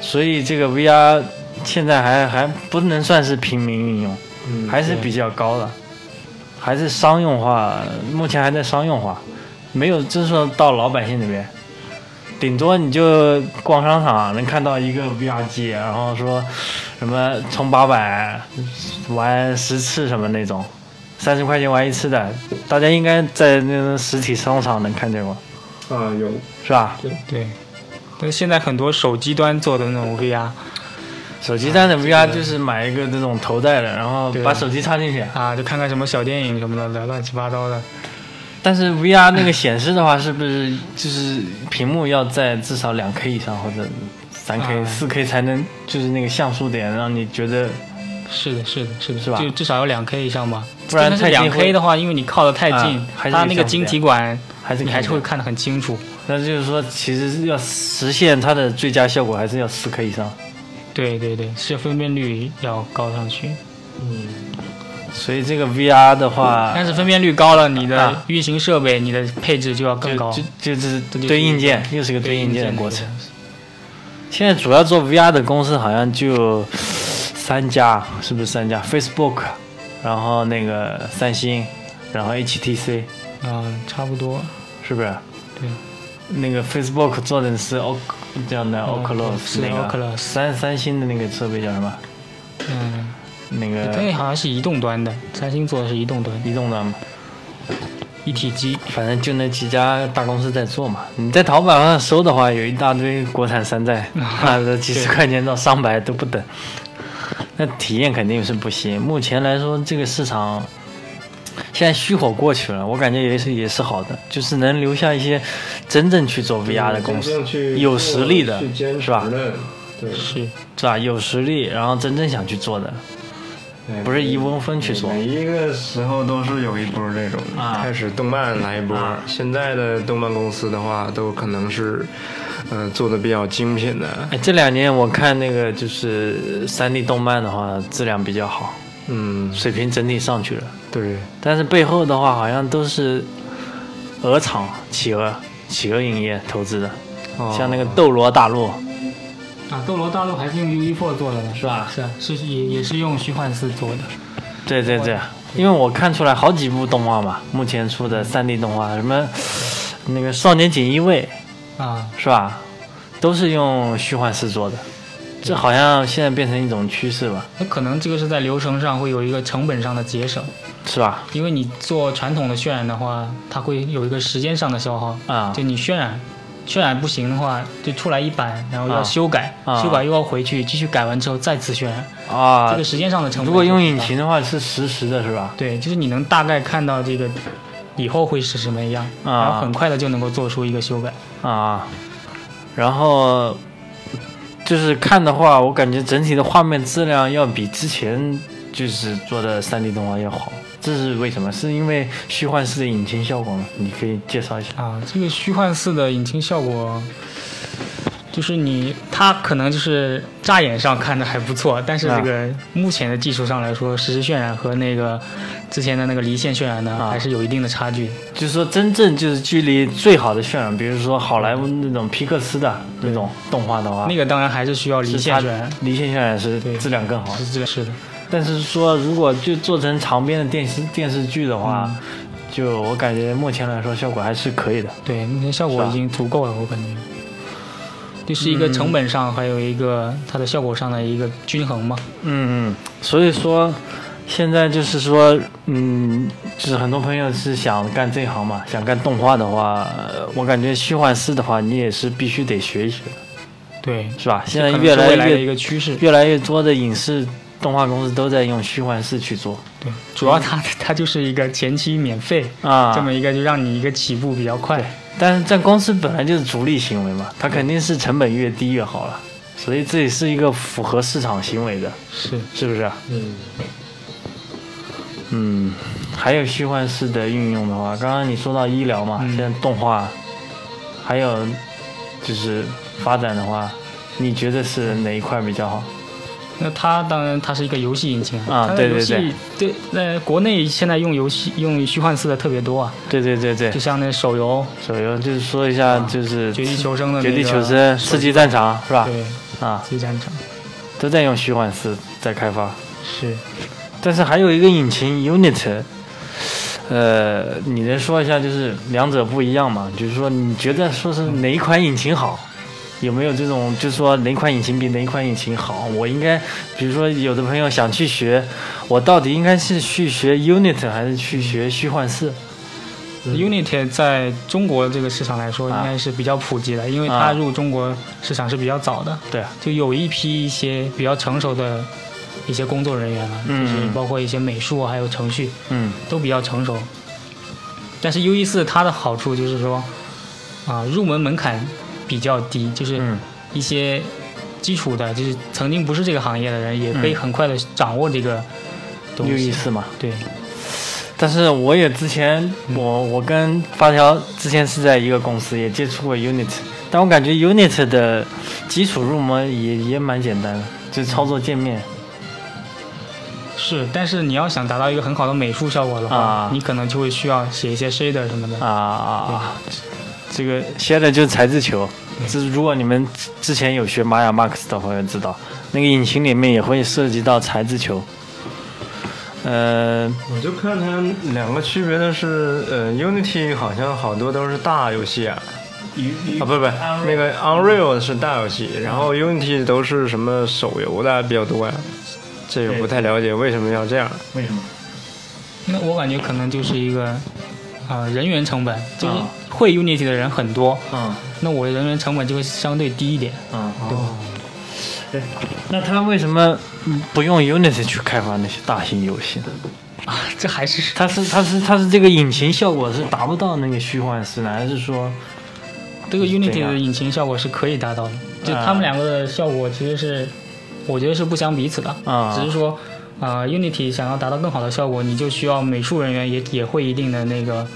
所以这个 VR 现在还还不能算是平民应用，嗯，还是对比较高的，还是商用化，目前还在商用化，没有真说到老百姓那边。顶多你就逛商场能看到一个 VR 机，然后说什么充八百玩十次什么那种，三十块钱玩一次的，大家应该在那种实体商场能看见过，啊有是吧？对。但是现在很多手机端做的那种 VR 手机端的 VR 就是买一个这种头戴的，然后对把手机插进去。啊，就看看什么小电影什么的，乱七八糟的。但是 VR 那个显示的话，是不是就是屏幕要在至少两 K 以上或者三 K、啊四 K 才能，就是那个像素点让你觉得是的，是的，是的，是吧就至少要两 K 以上吧，不然真的太是近两 K 会的话，因为你靠得太近啊，还是它有那像个素晶点体管还是你还是会看看得很清楚。不见。那就是说，其实要实现它的最佳效果，还是要四 K 以上。对对对，是分辨率要高上去，啊嗯所以这个 VR 的话，但是分辨率高了，你的啊运行设备、你的配置就要更高就。就就是这就是堆硬件，又是一个堆硬件的过程。现在主要做 VR 的公司好像就三家，是不是三家？Facebook，然后那个三星，然后 HTC，嗯，差不多。是不是？对。那个 Facebook 做的是 O 叫那嗯 Oculus 是那个 Oculus 三三星的那个设备叫什么？嗯，那对，个好像是移动端的，三星做的是移动端移动端嘛，一体机。反正就那几家大公司在做嘛。你在淘宝上搜的话，有一大堆国产山 寨，啊妈的几十块钱到上百都不等，那体验肯定是不行。目前来说，这个市场现在虚火过去了，我感觉也是也是好的，就是能留下一些真正去做 VR 的公司，有实力的去坚持是吧的对，是，是吧？有实力，然后真正想去做的，哎不是一窝蜂去做。每一个时候都是有一波这种，啊开始动漫来一波、啊现在的动漫公司的话，都可能是，呃，做的比较精品的，哎，这两年我看那个就是三 D 动漫的话，质量比较好，嗯，水平整体上去了。对，但是背后的话好像都是鹅厂、企鹅、企鹅影业投资的，哦像那个《斗罗大陆》啊，斗罗大陆还是用 UE4 做的呢，是吧是啊是也也是用虚幻四做的。对对对，因为我看出来好几部动画嘛，目前出的 3D 动画，什么那个《少年锦衣卫啊，》是吧，都是用虚幻四做的，这好像现在变成一种趋势吧，那可能这个是在流程上会有一个成本上的节省，是吧？因为你做传统的渲染的话，它会有一个时间上的消耗。啊就你渲染，渲染不行的话，就出来一版，然后啊要修改，啊修改又要回去继续改完之后再次渲染，啊这个，时间上的成本。如果用引，擎的话是实时的是吧？对，就是你能大概看到这个以后会是什么样，啊然后很快的就能够做出一个修改。啊，然后就是看的话，我感觉整体的画面质量要比之前就是做的3 D 动画要好，这是为什么？是因为虚幻式的引擎效果吗？你可以介绍一下。啊，这个虚幻四的引擎效果，就是你它可能就是乍眼上看着还不错，但是啊这个目前的技术上来说，实时渲染和那个之前的那个离线渲染呢，啊还是有一定的差距。就是说，真正就是距离最好的渲染，比如说好莱坞那种皮克斯的那种动画的话，那个当然还是需要离啊是线它渲染，离线渲染是对质量更好。是的，是的，但是说，如果就做成长篇的电视电视剧的话，嗯就我感觉目前来说效果还是可以的。对，目前效果是吧嗯已经足够了，我感觉。就是一个成本上，还有一个它的效果上的一个均衡嘛。嗯，嗯，所以说现在就是说，嗯，就是很多朋友是想干这一行嘛，想干动画的话，呃我感觉虚幻四的话，你也是必须得学一学，对，是吧？现这在可能越是未来的越一个趋势。越来越多的影视动画公司都在用虚幻四去做对，主要它它就是一个前期免费，啊这，么一个就让你一个起步比较快。但是在公司本来就是逐利行为嘛，它肯定是成本越低越好了，所以这也是一个符合市场行为的，是，是不是？嗯，嗯，还有虚幻式的运用的话，刚刚你说到医疗嘛，嗯现在动画，还有就是发展的话，你觉得是哪一块比较好？那它当然它是一个游戏引擎啊它的对游对戏对，那国内现在用游戏用虚幻四的特别多啊，对对对对就，像那手游手游就是说一下，啊就是《绝地求生》的绝地那个求生、刺激战场是吧？对，啊，激战场都在用虚幻四在开发，是但是还有一个引擎 Unity，呃，你能说一下就是两者不一样吗？就是说你觉得说是哪一款引擎好？有没有这种就是说哪款引擎比哪款引擎好？我应该，比如说有的朋友想去学，我到底应该是去学 Unity 还是去学虚幻四？嗯 Unity 在中国这个市场来说啊应该是比较普及的，因为啊它入中国市场是比较早的，对啊，就有一批一些比较成熟的一些工作人员了，嗯就是包括一些美术啊还有程序嗯都比较成熟。但是 U E 四它的好处就是说，啊、入门门槛比较低，就是嗯一些基础的，就是曾经不是这个行业的人也可以很快的掌握这个东，U 西。 E 四嘛。对，但是我也之前，嗯我我跟发条之前是在一个公司，也接触过 Unit，但我感觉 Unit 的基础入门也也蛮简单的，就操作界面是，但是你要想达到一个很好的美术效果的话，啊你可能就会需要写一些 shader 什么的。啊啊啊，这个 Shader 就是材质球，对就是如果你们之之前有学 Maya Max 的朋友知道，那个引擎里面也会涉及到材质球，呃，我就看它两个区别的是，呃，Unity 好像好多都是大游戏啊，啊，不是不是，那个 Unreal 是大游戏，然后 Unity 都是什么手游的啊比较多呀、这个不太了解为什么要这样。啊为什么？那我感觉可能就是一个，呃，人员成啊本，就是会 Unity 的人很多，嗯那我的人员成本就会相对低一点。 嗯哦，对，那他为什么不用 Unity 去开发那些大型游戏呢？这还是它是它是它是这个引擎效果是达不到那个虚幻式呢，还是说这个这 Unity 样的引擎效果是可以达到的，就啊他们两个的效果其实是，我觉得是不相彼此的，啊只是说，呃，Unity 想要达到更好的效果，你就需要美术人员也也会一定的那个，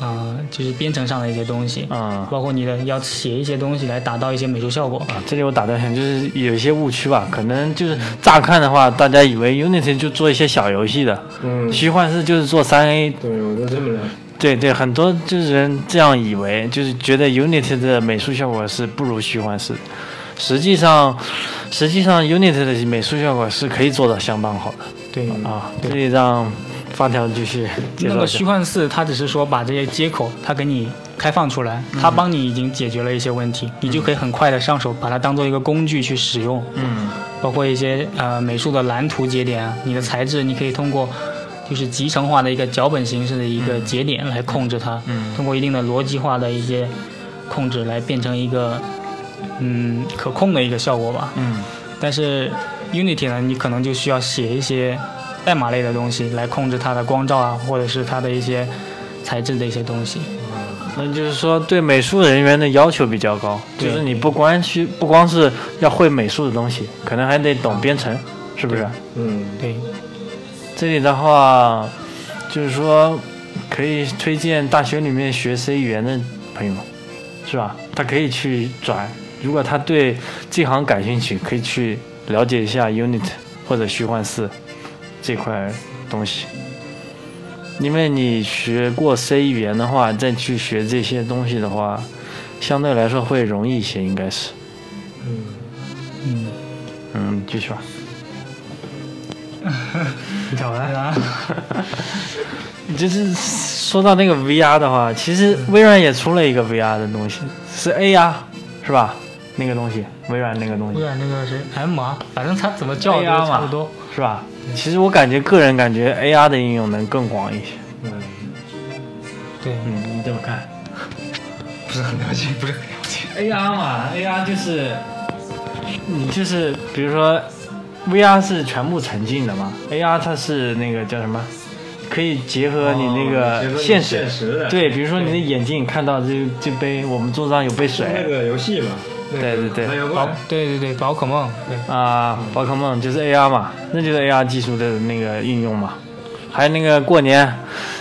呃，就是编程上的一些东西，啊包括你的要写一些东西来达到一些美术效果。啊？这里我打断一下，就是有一些误区吧，可能就是乍看的话，大家以为 Unity 就做一些小游戏的，嗯，虚幻式就是做三 A，对，我就这么了对对，很多就是人这样以为，就是觉得 Unity 的美术效果是不如虚幻式的，实际上实际上 Unity 的美术效果是可以做到相当好的对，啊，这对里让发条继续介那绍个一虚下。幻四它只是说把这些接口它给你开放出来，嗯它帮你已经解决了一些问题，你就可以很快的上手把它当做一个工具去使用。嗯包括一些呃美术的蓝图节点啊，你的材质你可以通过就是集成化的一个脚本形式的一个节点来控制它，嗯通过一定的逻辑化的一些控制来变成一个嗯可控的一个效果吧。嗯但是 Unity 呢，你可能就需要写一些代码类的东西来控制它的光照啊，或者是它的一些材质的一些东西。那就是说，对美术人员的要求比较高，就对是你不光需不光是要会美术的东西，可能还得懂编程，是不是？嗯， 对，这里的话，就是说可以推荐大学里面学 C 语言的朋友，是吧？他可以去转，如果他对这行感兴趣，可以去了解一下 Unit 或者虚幻四这块东西。因为你学过 C 语言的话，再去学这些东西的话，相对来说会容易一些，应该是。嗯，嗯，继续吧。讲完了。就是说到那个 VR 的话，其实微软也出了一个 VR 的东西，是 AR，是吧？那个东西，微软那个东微西，软那个是 M 啊，反正它怎么叫都 AR 差不嘛多。是吧？其实我感觉，个人感觉 AR 的应用能更广一些。对，嗯，你怎么看？不是很了解，不是很了解。AR 嘛，AR 就是你就是比如说，VR 是全部沉浸的嘛，AR 它是那个叫什么？可以哦结合你那个现实，实的，对，比如说你的眼镜看到这这杯，我们桌上有杯水，个游戏嘛，对对对，宝，对对对，宝可梦，对，啊，宝可梦就是 AR 嘛，那就是 AR 技术的那个应用嘛。还有那个过年，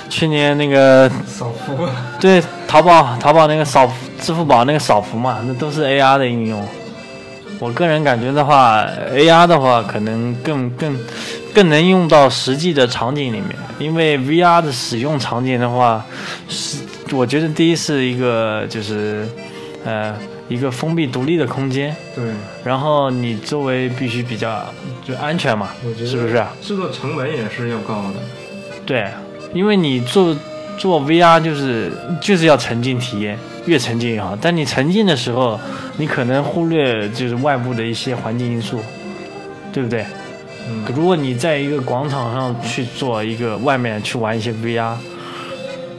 去年那个扫福，对淘宝淘宝那个扫支付宝那个扫福嘛，那都是 AR 的应用。我个人感觉的话，AR 的话可能更更更能用到实际的场景里面，因为 VR 的使用场景的话，是我觉得第一是一个就是呃一个封闭独立的空间，对，然后你周围必须比较就安全嘛，我觉得是不是？制作成本也是要高的。对，因为你做做 VR 就是就是要沉浸体验，越沉浸越好。但你沉浸的时候，你可能忽略就是外部的一些环境因素，对不对？嗯，如果你在一个广场上去做一个外面去玩一些 VR，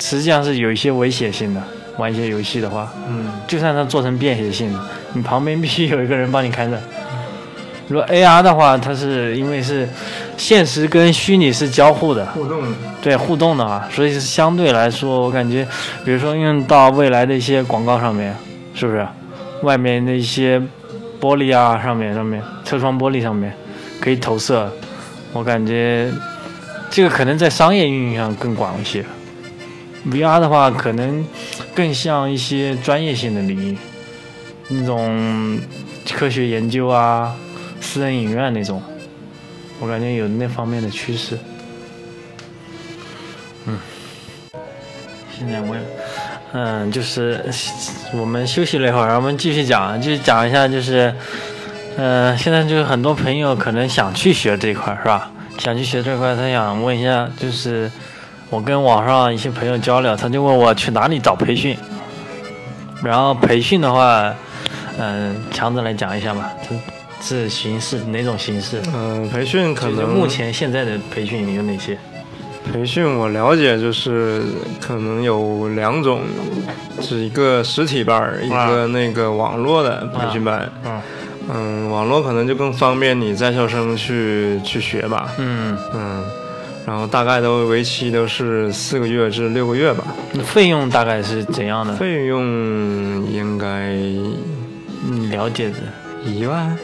实际上是有一些危险性的。玩一些游戏的话，嗯，就算它做成便携性的，你旁边必须有一个人帮你看着。如果 AR 的话，它是因为是现实跟虚拟是交互的，互动对互动的啊，所以是相对来说，我感觉，比如说用到未来的一些广告上面，是不是？外面的一些玻璃啊，上面上面车窗玻璃上面可以投射，我感觉这个可能在商业运用上更广一些。VR 的话，可能更像一些专业性的领域，那种科学研究啊、私人影院那种，我感觉有那方面的趋势。现在我也，嗯，就是我们休息了一会儿，我们继续讲，继续讲一下，就是，嗯、现在就是很多朋友可能想去学这一块儿，是吧？想去学这块儿，他想问一下，就是我跟网上一些朋友交流，他就问我去哪里找培训，然后培训的话，嗯、强子来讲一下吧，这是形式哪种形式？嗯、培训可就是能目前现在的培训有哪些？培训我了解就是可能有两种，是一个实体班儿，一个那个网络的培训班。嗯嗯，网络可能就更方便你在校生去去学吧。嗯，嗯，然后大概都为期都是四个月至六个月吧，那费用大概是怎样的？费用应该嗯，了解的。一万。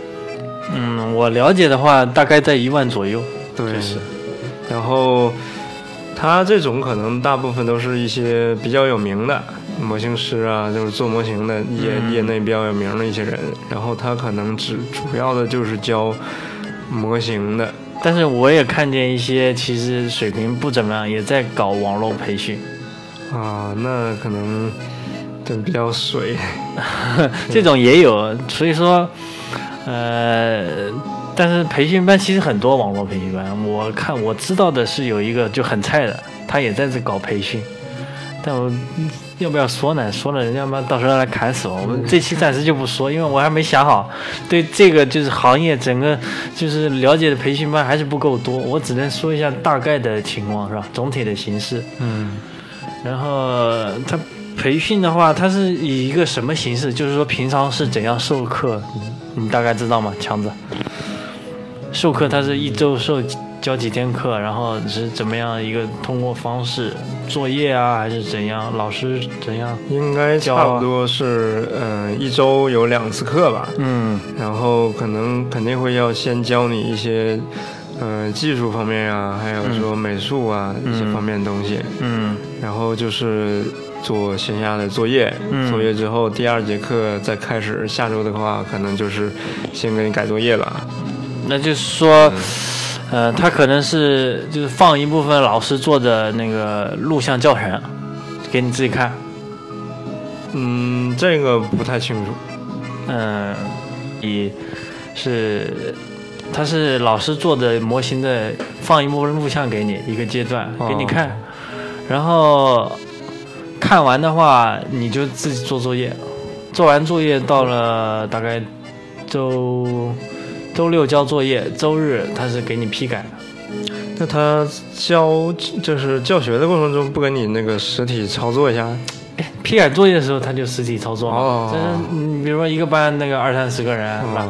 嗯，我了解的话，大概在一万左右。对，是然后他这种可能大部分都是一些比较有名的模型师啊，就是做模型的业、嗯业内比较有名的一些人。然后他可能只主要的就是教模型的，但是我也看见一些其实水平不怎么样，也在搞网络培训，啊，那可能就比较水。 这种也有。所以说，呃，但是培训班其实很多网络培训班，我看我知道的是有一个就很菜的，他也在这搞培训，但我嗯要不要说呢？说了人家妈到时候来砍死我。我们这期暂时就不说，因为我还没想好，对这个就是行业整个就是了解的培训班还是不够多，我只能说一下大概的情况是吧？总体的形式。嗯，然后他培训的话，他是以一个什么形式？就是说平常是怎样授课？你大概知道吗？强子，授课他是一周授教几天课，然后是怎么样一个通过方式？作业啊，还是怎样？老师怎样？应该差不多是嗯、呃一周有两次课吧。嗯然后可能肯定会要先教你一些，呃，技术方面啊，还有说美术啊、一些方面的东西。嗯然后就是做线下的作业，嗯作业之后第二节课再开始。下周的话，可能就是先给你改作业吧。那就是说，呃，他可能是就是放一部分老师做的那个录像教程，给你自己看。嗯，这个不太清楚。嗯，以是他是老师做的模型的，放一部分录像给你一个阶段哦给你看，然后看完的话你就自己做作业，做完作业到了大概周周六交作业，周日他是给你批改的。那他教就是教学的过程中，不给你那个实体操作一下？批改作业的时候，他就实体操作嘛。哦就是你比如说一个班那个二三十个人，是吧啊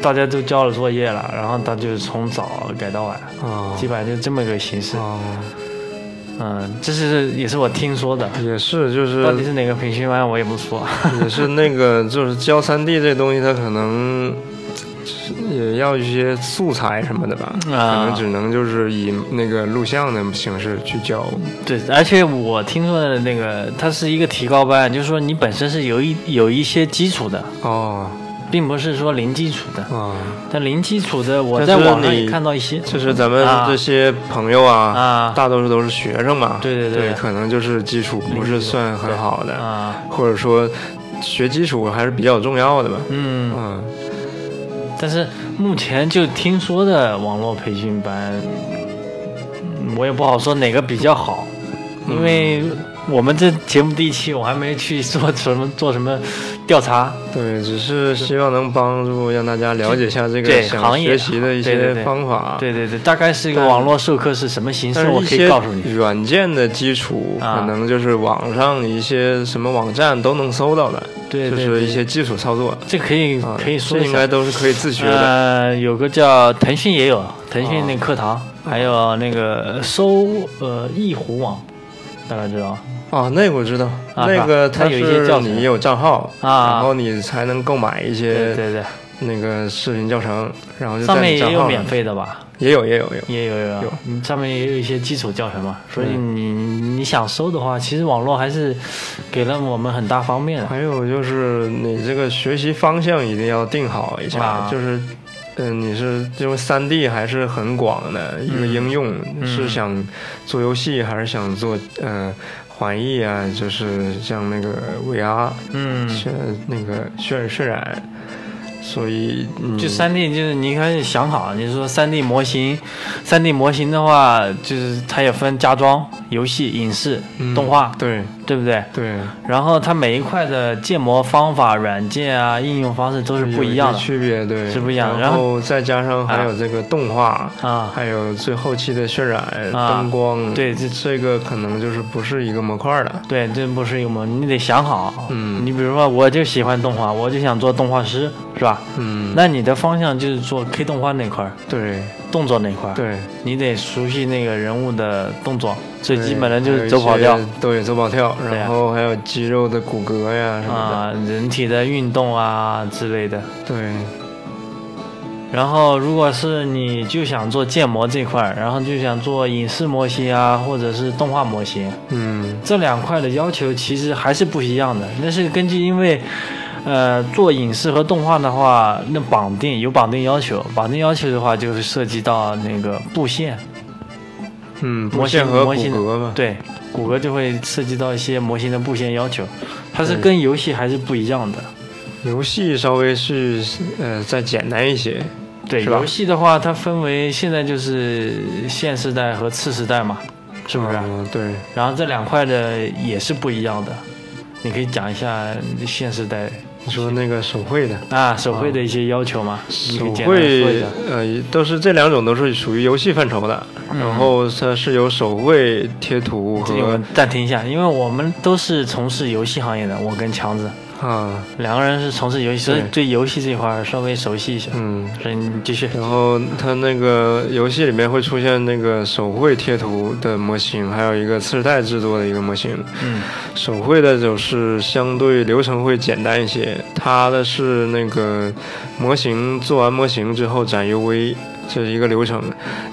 大家都交了作业了，然后他就从早改到晚。啊基本上就这么一个形式。啊！嗯，这是也是我听说的，也是，就是到底是哪个培训班我也不说。 也是那个， 就是教三 D 这东西，它可能也要一些素材什么的吧，啊可能只能就是以那个录像的形式去教。对，而且我听说的那个，它是一个提高班，就是说你本身是有一有一些基础的，哦，并不是说零基础的，啊，但零基础的我但在是网上也你看到一些就是咱们啊这些朋友啊，啊大多数都是学生嘛，对对对可能就是基础不是算很好的，啊，或者说学基础还是比较重要的吧。嗯，嗯，但是目前就听说的网络培训班，嗯我也不好说哪个比较好，因为嗯我们这节目第一期我还没去做什么做什么调查，嗯对，只是希望能帮助让大家了解一下这个对想行业啊学习的一对对些对方法。对对对，大概是一个但网络授课是什么形啊但式，我可是以告诉一你些软件的基础，啊可能就是网上一些什么网站都能搜到的，对对就是对一些基础操作。这可以啊，可以说这一应下该。都是可以自学的。呃，有个叫腾讯也有，腾讯那个课堂，啊还有那个搜呃易狐网，大概知道哦，那个我知道，啊那个它它有一些是教程你有账号，啊然后你才能购买一对些对对，那个视频教程，然后就上在面你也账有号免上费的吧？也有也有也有。也有有有有，嗯上面也有一些基础教学嘛，所以你你想搜的话，其实网络还是给了我们很大方便的。还有就是你这个学习方向一定要定好一下，啊就是。嗯，你是因为三 D 还是很广的一个应用，嗯是想做游戏还是想做呃环艺啊？就是像那个 VR 嗯，渲、那个渲渲染，所以嗯就三 D 就是你开始想好，你说三 D 模型，三 D 模型的话，就是它也分家装、游戏、影视、嗯动画，对对不对？对然后它每一块的建模方法、软件啊、应用方式都是不一样有的些区别对是不一样的然然后后再加上还有这个动画。啊。还有最后期的渲染、啊灯光，对这这个可能就是不是一个模块的，对，这不是一个模，你得想好。嗯你比如说，我就喜欢动画，我就想做动画师，是吧？嗯，那你的方向就是做 K 动画那块儿，对动作那块儿。，对，你得熟悉那个人物的动作，最对基本的就是走跑跳还有一些对，走跑跳，对然啊后还有肌肉的骨骼呀什么的，啊、人体的运动啊之类的。对，然后，如果是你就想做建模这块儿，然后就想做影视模型啊，或者是动画模型，嗯这两块的要求其实还是不一样的。那是根据因为，呃，做影视和动画的话，那绑定有绑定要求，绑定要求的话就是涉及到那个布线，嗯，模不限型和骨模型骼吧，对，谷歌就会涉及到一些模型的布线要求，它是对跟游戏还是不一样的。游戏稍微是呃再简单一些，对，是吧游戏的话，它分为现在就是现时代和次时代嘛，是啊不是？嗯对，然后这两块的也是不一样的，你可以讲一下现时代你说那个手绘的。啊，手绘的一些要求吗？你可嗯手以简单说一绘下。呃都是这两种都是属于游戏范畴的，嗯然后它是有手绘贴图这里我和们暂停一下，因为我们都是从事游戏行业的，我跟强子啊两个人是从事游戏，所以对对游戏这一块儿稍微熟悉一些。嗯，所以你继续。然后它那个游戏里面会出现那个手绘贴图的模型，还有一个次世代制作的一个模型。嗯手绘的就是相对流程会简单一些，它的是那个模型做完模型之后展 UV，这是一个流程。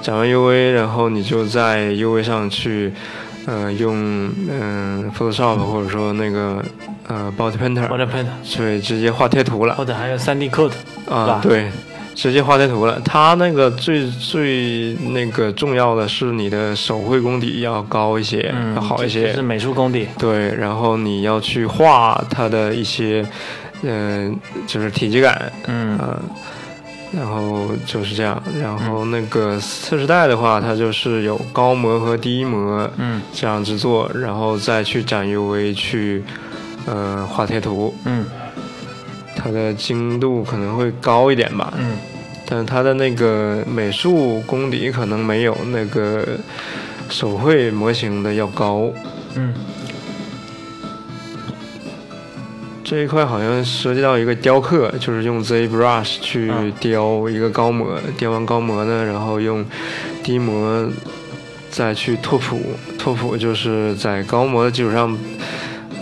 展完 UV，然后你就在 UV 上去，呃，用嗯、Photoshop 或者说那个呃 Body 我 Painter，的喷，对，直接画贴图了。或者还有 3D code 是啊吧，对，直接画贴图了。它那个最最那个重要的是你的手绘功底要高一些，嗯，要好一这些这是。美术功底。对，然后你要去画它的一些，嗯、就是体积感，嗯嗯、然后就是这样。然后那个次世代的话，它就是有高模和低模嗯这样制作，然后再去展 UV 去，呃，画贴图，嗯它的精度可能会高一点吧。嗯但是他的那个美术功底可能没有那个手绘模型的要高。嗯，这一块好像涉及到一个雕刻，就是用 ZBrush 去嗯雕一个高模，雕完高模呢，然后用低模再去拓扑，拓扑就是在高模的基础上，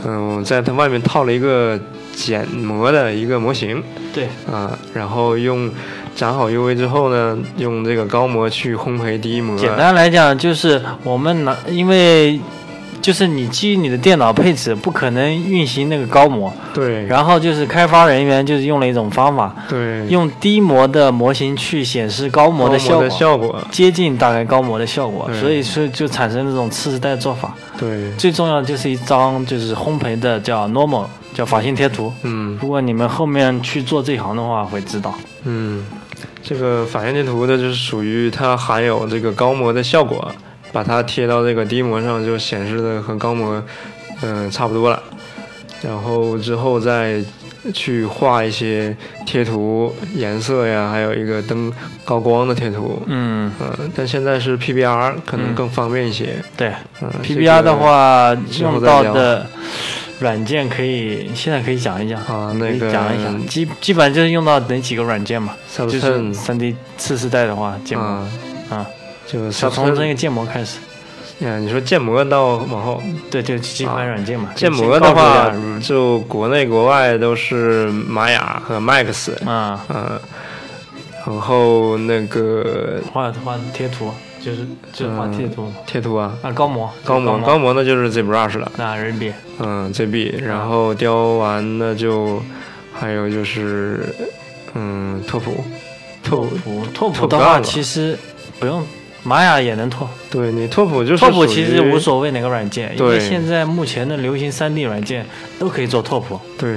嗯、在它外面套了一个减模的一个模型。对，啊，然后用展好 UV 之后呢，用这个高模去烘焙低模，简单来讲就是我们拿，因为就是你基于你的电脑配置不可能运行那个高模，对然后就是开发人员就是用了一种方法，对用低模的模型去显示高模的效效果，果，接近大概高模的效果，对所以说就产生这种次时代做法。对，最重要的就是一张就是烘焙的叫 normal 叫法性贴图。嗯如果你们后面去做这行的话，会知道。嗯，这个反向贴图的就是属于它含有这个高模的效果，把它贴到这个低模上就显示的和高模嗯、差不多了，然后之后再。去画一些贴图颜色呀，还有一个灯高光的贴图，嗯，嗯、但现在是 PBR 可能嗯更方便一些。对嗯、 ，PBR 的话之后用再到聊的软件可以现在可以讲一讲，啊，可那以个讲一讲，基基本就是用到哪几个软件嘛？就是 Substance 三 D 次时代的话，建模，啊啊，就小从这 Substance，个建模开始，呀，你说建模到往后，对，就几款软件嘛。啊建就先模的告诉话大家，就国内国外都是玛雅和 Max，啊，嗯，然后那个画画贴图，就是就是画贴图贴图啊，啊，高模，高模模，高模那就是 ZBrush 了，那人民币，嗯，ZB，然后雕完那就还有就是嗯拓扑，拓扑，普拓拓普不的干话了其实不用，玛雅也能拓，对你拓扑就是拓普属其实于无所谓哪个软件，因对为现在目前的流行3 D 软件都可以做拓普，对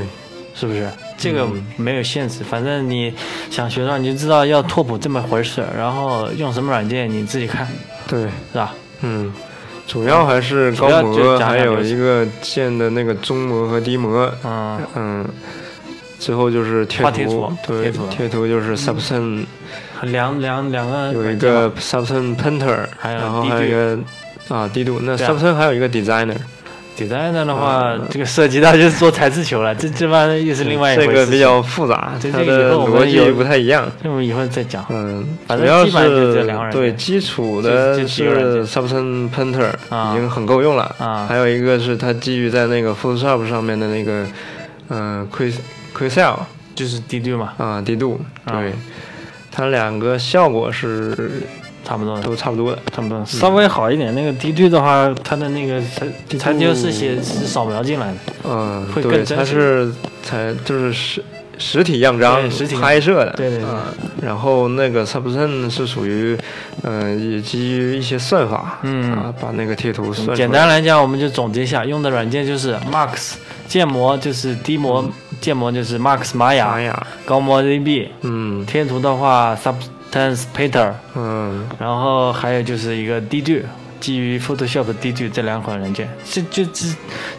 是不是？这个嗯没有限制，反正你想学到你就知道要拓普这么回事，然后用什么软件你自己看，对。是吧？嗯，主要还是主高要就模，是讲还讲有流一程个建的那个中模和低模。嗯，嗯，最后就是贴画图，贴图对，贴图啊嗯就是 Substance、两两两个有一软件个嘛 Substance Painter，还有然后低还有一度个啊低度，那对啊 Substance 还有一个 Designer， designer 的话嗯，这个涉及到就是做材质球了，这这玩意又是另外一回这事。个比，较复杂，对它这个以的后我们逻辑有不太一样。那我们以后再讲。嗯，反主正要基本上就这两个软是件对基础就的就几个软件是 Substance Painter 啊已经很够用了，啊还有一个是它基于在那个 Photoshop 上面的那个，嗯、q u i c q u i c e l 就是低度嘛，啊、低度，啊对，它两个效果是差不多的，都差不多的。差不多的。稍微好一点，那个低度的话，它的那个材低材度质是写是扫描进来的，嗯，会对，更真它实是才就是实实体样张对实体拍摄的，对对对嗯然后那个 Substance 是属于，嗯、也基于一些算法，嗯啊，把那个贴图算出来简单来讲，我们就总结一下，用的软件就是 Max 建模，就是低嗯模建模就是 Max 玛哎雅，呀，高模 ZB，嗯贴图的话 Substance Painter，嗯，然后还有就是一个 DD，基于 Photoshop DD 这两款软件，这就这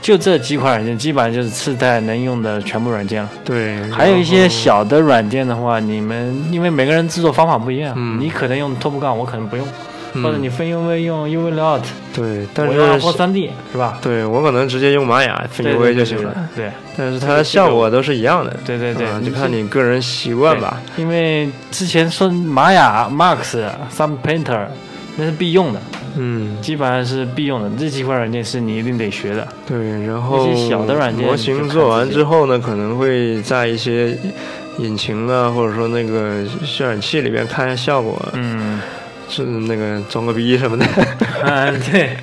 就这几款软件，基本上就是次代能用的全部软件了。对，还有一些然后，小的软件的话，你们因为每个人制作方法不一样，嗯你可能用 Top Gun，我可能不用，嗯或者你分 UV 用 UV Layout，对，但我用或是 3D 是吧？对我可能直接用玛雅对 PUA 就行了，。对但是它的效果都是一样的，对对对对啊对，就看你个人习惯吧。因为之前说玛雅、Max、Sun Painter 那是必用的，嗯，基本上是必用的，这几款软件是你一定得学的。对，然后一些小的软件模你型就看做完自己之后呢，可能会在一些引擎啊，或者说那个渲染器里边看一下效果，嗯，是那个装个逼什么的， 啊 对，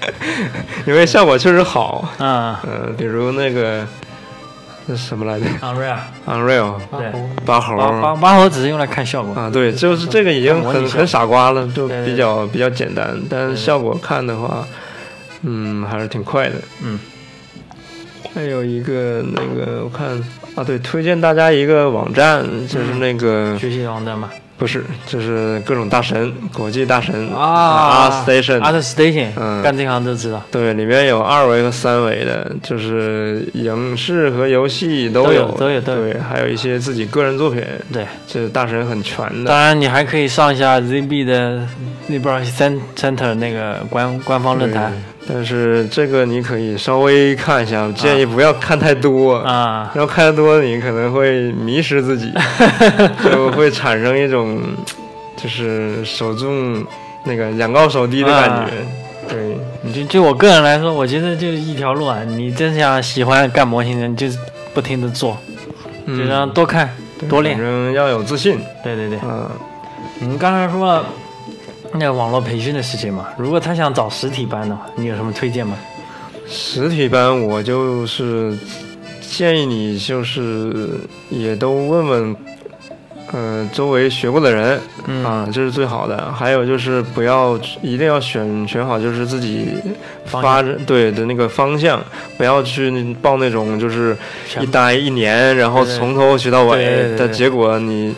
因为效果确实好。啊嗯、比如那个那什么来着，Unreal， ，Unreal 对，八猴八八八猴只是用来看效果。啊，对，就是这个已经模拟很一下很傻瓜了，就对对比对较比较简单，但是对对效果看的话，嗯，还是挺快的。嗯，还有一个那个我看啊，对，推荐大家一个网站，就是那个、学习网站嘛。不是，就是各种大神，国际大神啊 Art Station。 Art Station，嗯干这行都知道。对，里面有二维和三维的，就是影视和游戏都有，有都有都有对，还有一些自己个人作品，对，这大神很全当的。然你还可以上一下 ZB 的 ZB Center 那个官官方论坛对但是这个你可以稍微看一下，建议不要看太多。啊。然后看得多，你可能会迷失 自己，就会产生一种就是手重那个仰高手低的感觉。啊对，就就我个人来说，我觉得就是一条路啊。你真想喜欢干模型的，你就是不停的做，就嗯让多看对多练啊反。正要有自信。对对对。嗯，你们刚才说了那个网络培训的事情嘛，如果他想找实体班的话，你有什么推荐吗？实体班我就是建议你就是也都问问，呃，周围学过的人，嗯，啊，这是最好的。还有就是不要一定要选选好，就是自己方发展对的那个方向，不要去报那种就是全一部待一年，然后对对从头学到对对尾对的对结果你。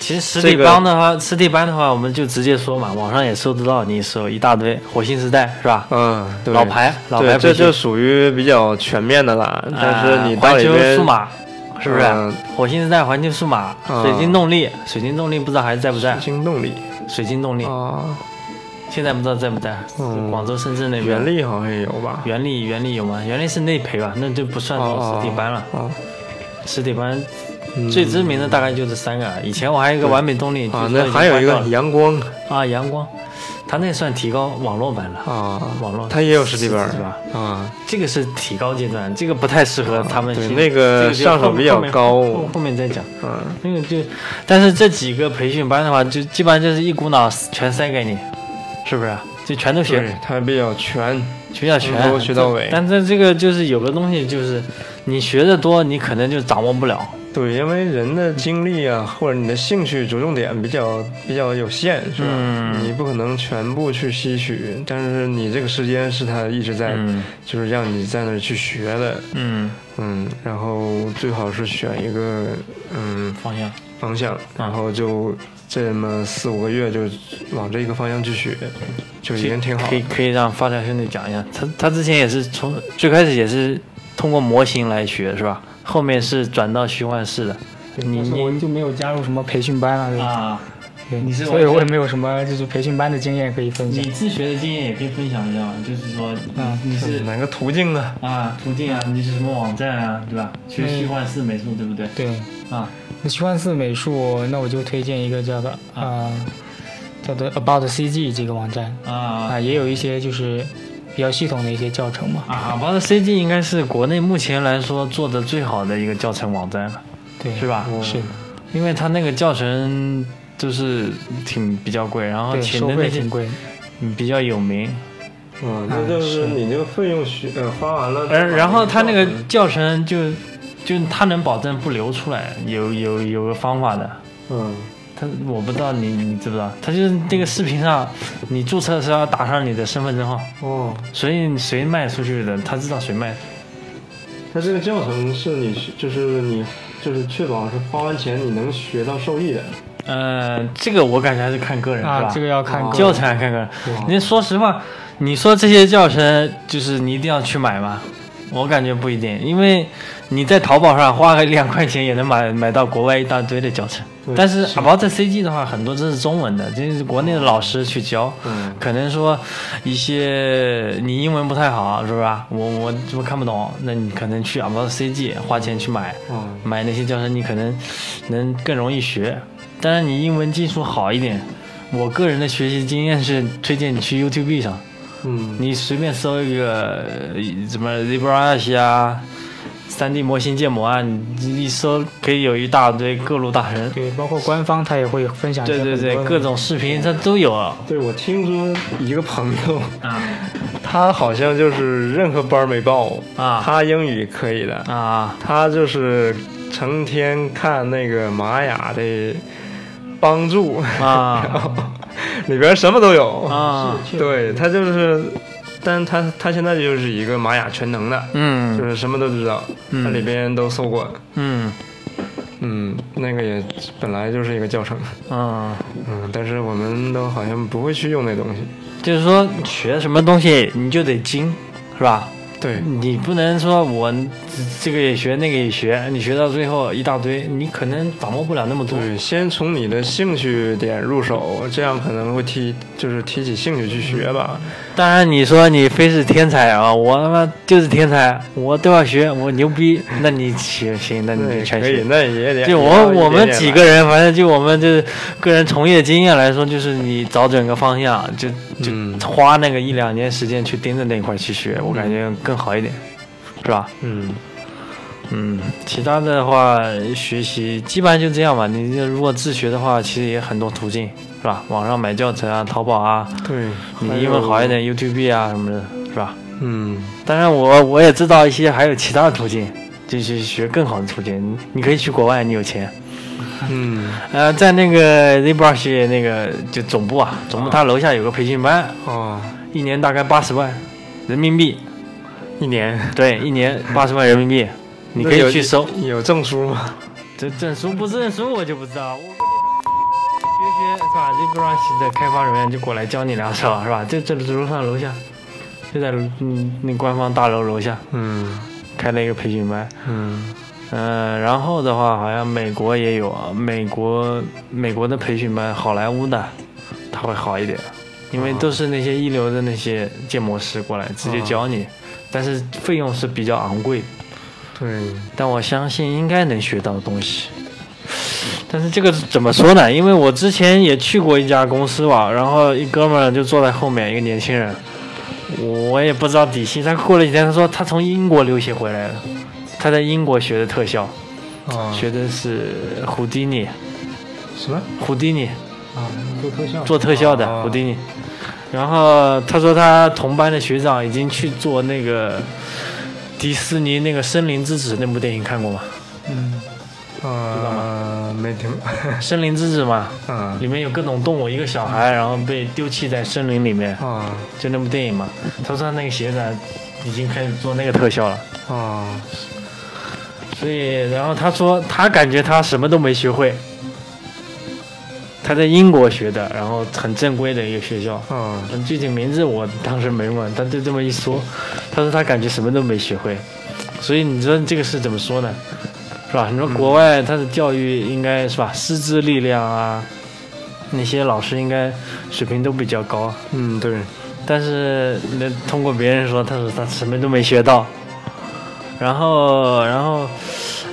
其实实这体个班的话，实体班的话，我们就直接说嘛，网上也搜得到，你搜一大堆，火星时代是吧？嗯，对老牌老对牌，这培训就属于比较全面的啦。但是呃你到环里球边数，码是不是？嗯火星时代、环球数码、嗯水晶动力、水晶动力不知道还在不在？新动力水晶动力啊，现在不知道在不在？嗯广州、深圳那边。原力好像也有吧？原力原力有吗？原力是内培吧，那就不算哦实体班了。哦，实体班嗯最知名的大概就这三个了。啊以前我还有一个完美动力，据说啊，已那经还有一个关掉了阳光啊阳光，它那算提高网络版了。啊，网络它也有实体班是吧？啊，这个是提高阶段，这个不太适合他们对现在。那个上手比较高这个就后后后后面再讲。嗯那个就，但是这几个培训班的话，就基本上就是一股脑全塞给你，是不是？啊就全都学，对，它比较全，学校全从头学到尾但是这个就是有个东西，就是你学的多，你可能就掌握不了。对，因为人的精力啊，或者你的兴趣着重点比较比较有限，是吧？嗯你不可能全部去吸取，但是你这个时间是他一直在，嗯就是让你在那儿去学的，嗯，嗯，然后最好是选一个嗯方向。方向，然后就这么四五个月就往这个方向去学，就已经挺好可以了。可以让发条兄弟讲一下，他他之前也是从最开始也是通过模型来学是吧？后面是转到虚幻式的。你但是我你就没有加入什么培训班啊，对吧啊，对你是所完以全我也没有什么就是培训班的经验可以分享你。自学的经验也可以分享一下嘛，就是说你啊你是哪个途径呢？啊途径啊，你是什么网站啊，对吧？学嗯虚幻式美术对不对？对，啊，那虚幻四美术，那我就推荐一个叫做呃叫做 About CG 这个网站啊、啊也有一些就是比较系统的一些教程嘛。啊，包括 CG 应该是国内目前来说做的最好的一个教程网站了，对，是吧？是因为它那个教程就是挺比较贵，然后对，请收的费嗯那些挺贵的。嗯比较有名，嗯，那就是你这个费用学呃花完了，啊然然后他那个教程就就他能保证不流出来，有有有个方法的。嗯他我不知道你你知不知道，他就是那个视频上，你注册是要打上你的身份证号，哦，所以谁卖出去的，他知道谁卖。它这个教程是你学就是你就是确保是花完钱你能学到受益的。呃，这个我感觉还是看个人，是啊吧？，这个要看哦个人教程还看个人。哇你说实话，你说这些教程就是你一定要去买吗？我感觉不一定，因为你在淘宝上花个两块钱也能买买到国外一大堆的教程对。但是啊阿宝在 CG 的话，很多都是中文的，就是国内的老师去教。嗯可能说一些你英文不太好，啊是吧？我我我看不懂，那你可能去阿宝 CG 花钱去买，嗯买那些教程，你可能能更容易学。当然，你英文基础好一点，我个人的学习经验是推荐你去 YouTube 上，嗯你随便搜一个呃什么 ZBrush 啊、3D 模型建模啊，你一搜可以有一大堆各路大神。对，包括官方他也会分享一些对对很对，多的各种视频它都有啊。对，我听说一个朋友，他好像就是任何班儿没报，啊他英语可以的，啊他就是成天看那个玛雅的帮助，啊里边什么都有。啊！对他就是，但他他现在就是一个玛雅全能的，就嗯是什么都知道，嗯他里边都搜过。嗯嗯，那个也本来就是一个教程，嗯，嗯，但是我们都好像不会去用那东西。就是说学什么东西你就得精，是吧？对，你不能说我这这个也学，那个也学，你学到最后一大堆，你可能掌握不了那么多。对，先从你的兴趣点入手，这样可能会提，就是提起兴趣去学吧。当然，你说你非是天才啊，我他妈就是天才，我都要学，我牛逼，那你行行，那你那就也全嗯可以，学。那也就得也要我一我点们点几来个人，反正就我们这个人从业经验来说，就是你找准个方向，就嗯就花那个一两年时间去盯着那块去学，我感觉更好一点，是吧？嗯，嗯，其他的话，学习基本上就这样吧。你就如果自学的话，其实也很多途径，是吧？网上买教程啊，淘宝啊，对，你还英文有好一，点，YouTube 啊什么的，是吧？嗯，当然我，我也知道一些还有其他途径，就是学更好的途径。你你可以去国外，你有钱。嗯，呃，在那个 ZBrush 那个就总部啊，总部啊它楼下有个培训班，哦，一年大概八十万人民币。一年，对，一年八十万人民币，你可以去收。有证书吗？这证书不证书我就不知道，我跟你学学是吧？ZBrush 的开发人员就过来教你两手是吧？这这楼上楼下，就在嗯那官方大楼楼下嗯开了一个培训班。嗯嗯，然后的话，好像美国也有啊，美国美国的培训班，好莱坞的，它会好一点，因为啊都是那些一流的那些建模师过来直接教你，但是费用是比较昂贵，对，但我相信应该能学到东西。但是这个怎么说呢？因为我之前也去过一家公司吧，然后一哥们儿就坐在后面，一个年轻人，我也不知道底细。他过了几天，他说他从英国留学回来的，他在英国学的特效。啊，学的是胡迪尼，什么胡迪尼啊？做特效，做特效的、哦胡迪尼。然后他说他同班的学长已经去做那个迪士尼那个《森林之子》那部电影看过吗？嗯，知道啊，没听， 《森林之子》嘛，啊里面有各种动物，一个小孩然后被丢弃在森林里面，啊就那部电影嘛。他说他那个学长已经开始做那个特效了，啊，所以然后他说他感觉他什么都没学会。他在英国学的，然后很正规的一个学校，啊，嗯，具体名字我当时没问，但就这么一说，他说他感觉什么都没学会，所以你说这个事怎么说呢？是吧？你说国外他的教育应该是吧，师资力量啊，那些老师应该水平都比较高，嗯，对，但是那通过别人说，他说他什么都没学到，然后然后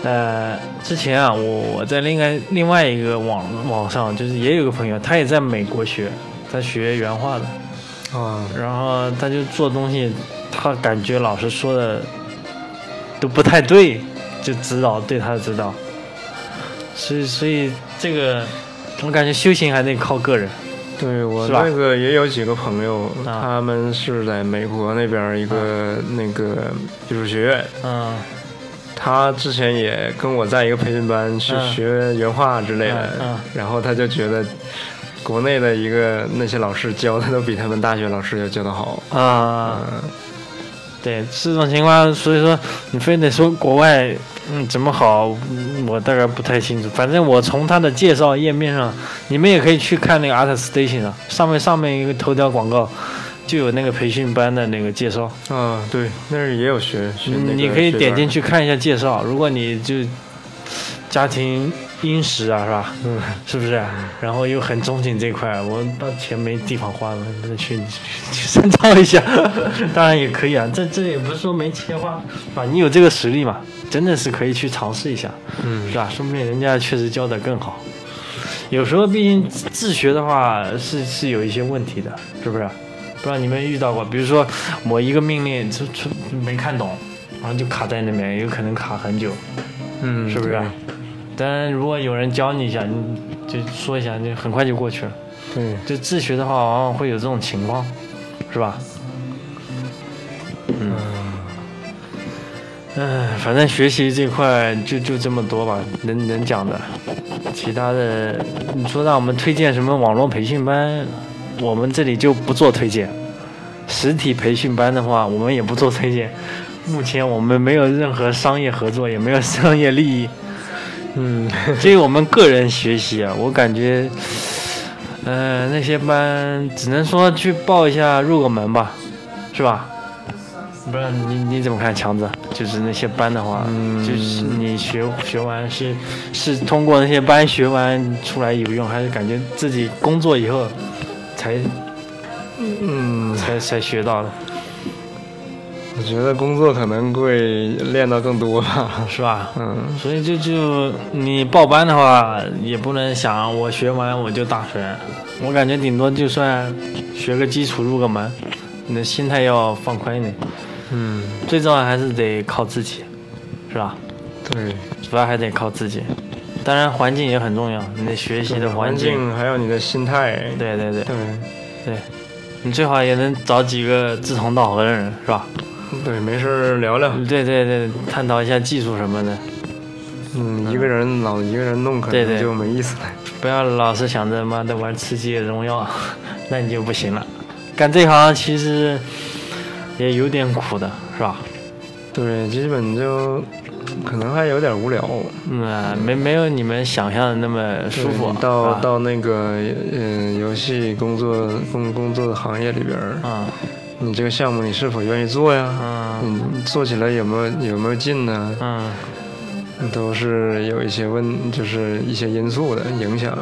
呃，之前啊，我我在另外另外一个网网上就是也有个朋友，他也在美国学，他学原画的。啊，然后他就做东西，他感觉老师说的都不太对，就指导对他的指导。所以，所以这个我感觉修行还得靠个人。对我是吧那个也有几个朋友，啊他们是在美国那边儿一个那个艺术学院，嗯他之前也跟我在一个培训班去嗯学原画之类嗯嗯的，然后他就觉得国内的一个那些老师教的都比他们大学老师要教的好。啊，嗯对这种情况，所以说你非得说国外嗯怎么好，嗯我大概不太清楚。反正我从他的介绍页面上，你们也可以去看那个 Art Station 啊，上面上面一个头条广告就有那个培训班的那个介绍。啊，对，那儿也有学学那个嗯你可以学点进院去看一下介绍。如果你就家庭殷实啊，是吧？嗯，是不是？然后又很钟情这块，我把钱没地方花了，那去去去深造一下， 当然也可以啊。这这也不是说没钱花啊，你有这个实力嘛，真的是可以去尝试一下，嗯是吧？说不定人家确实教的更好。有时候，毕竟自自学的话是是有一些问题的，是不是？不知道你们遇到过，比如说我一个命令就就没看懂，然后就卡在那边，有可能卡很久，嗯，是不是对？当然，如果有人教你一下，你就说一下，就很快就过去了。对，就自学的话，往往会有这种情况，是吧？嗯，唉，反正学习这块就就这么多吧，能能讲的。其他的，你说让我们推荐什么网络培训班，我们这里就不做推荐。实体培训班的话，我们也不做推荐。目前我们没有任何商业合作，也没有 商业利益。 嗯，至于我们个人学习啊，我感觉，呃，那些班只能说去报一下入个门吧，是吧？不然你你怎么看强子？就是那些班的话，嗯就是你学学完是是通过那些班学完出来有用，还是感觉自己工作以后才嗯，才才学到的，我觉得工作可能会练到更多吧。是吧？嗯，所以就就你报班的话，也不能想我学完我就大学，我感觉顶多就算学个基础入个门，你的心态要放宽一点，嗯，最重要还是得靠自己，是吧？对，主要还得靠自己，当然环境也很重要，你的学习的环境，境还有你的心态，对对对对，对，你最好也能找几个志同道合的人，是吧？对，没事儿聊聊。对对对，探讨一下技术什么的，嗯，一个人老一个人弄，可对对能就没意思了。不要老是想着妈的玩吃鸡、荣耀，那你就不行了。干这行其实也有点苦的，是吧？对，基本就可能还有点无聊。嗯，没没有你们想象的那么舒服啊对。到、是吧到那个嗯、游戏工作工工作的行业里边儿，嗯你这个项目你是否愿意做呀？嗯你做起来有没有有没有劲呢？嗯都是有一些问，就是一些因素的影响。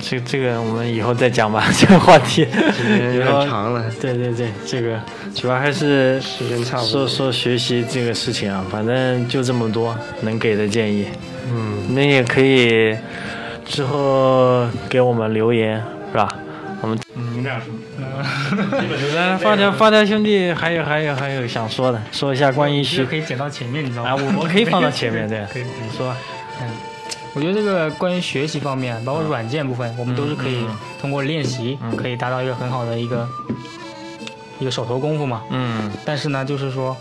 这这个我们以后再讲吧， 这个话题。时间有点长了，对对对，这个主要还是时间差不多说。说学习这个事情啊，反正就这么多能给的建议。嗯，那也可以之后给我们留言，是吧？嗯你们俩说。嗯 来，发条发条兄弟，还有还有还有想说的，说一下关于其实学可以剪到前面，你知道吗？啊，我我可以放 到前面， 对，可以。你说吧，嗯我觉得这个关于学习方面，包括软件部分，我们都是可以嗯嗯通过练习嗯，可以达到一个很好的一个一个手头功夫嘛。嗯但是呢，就是说，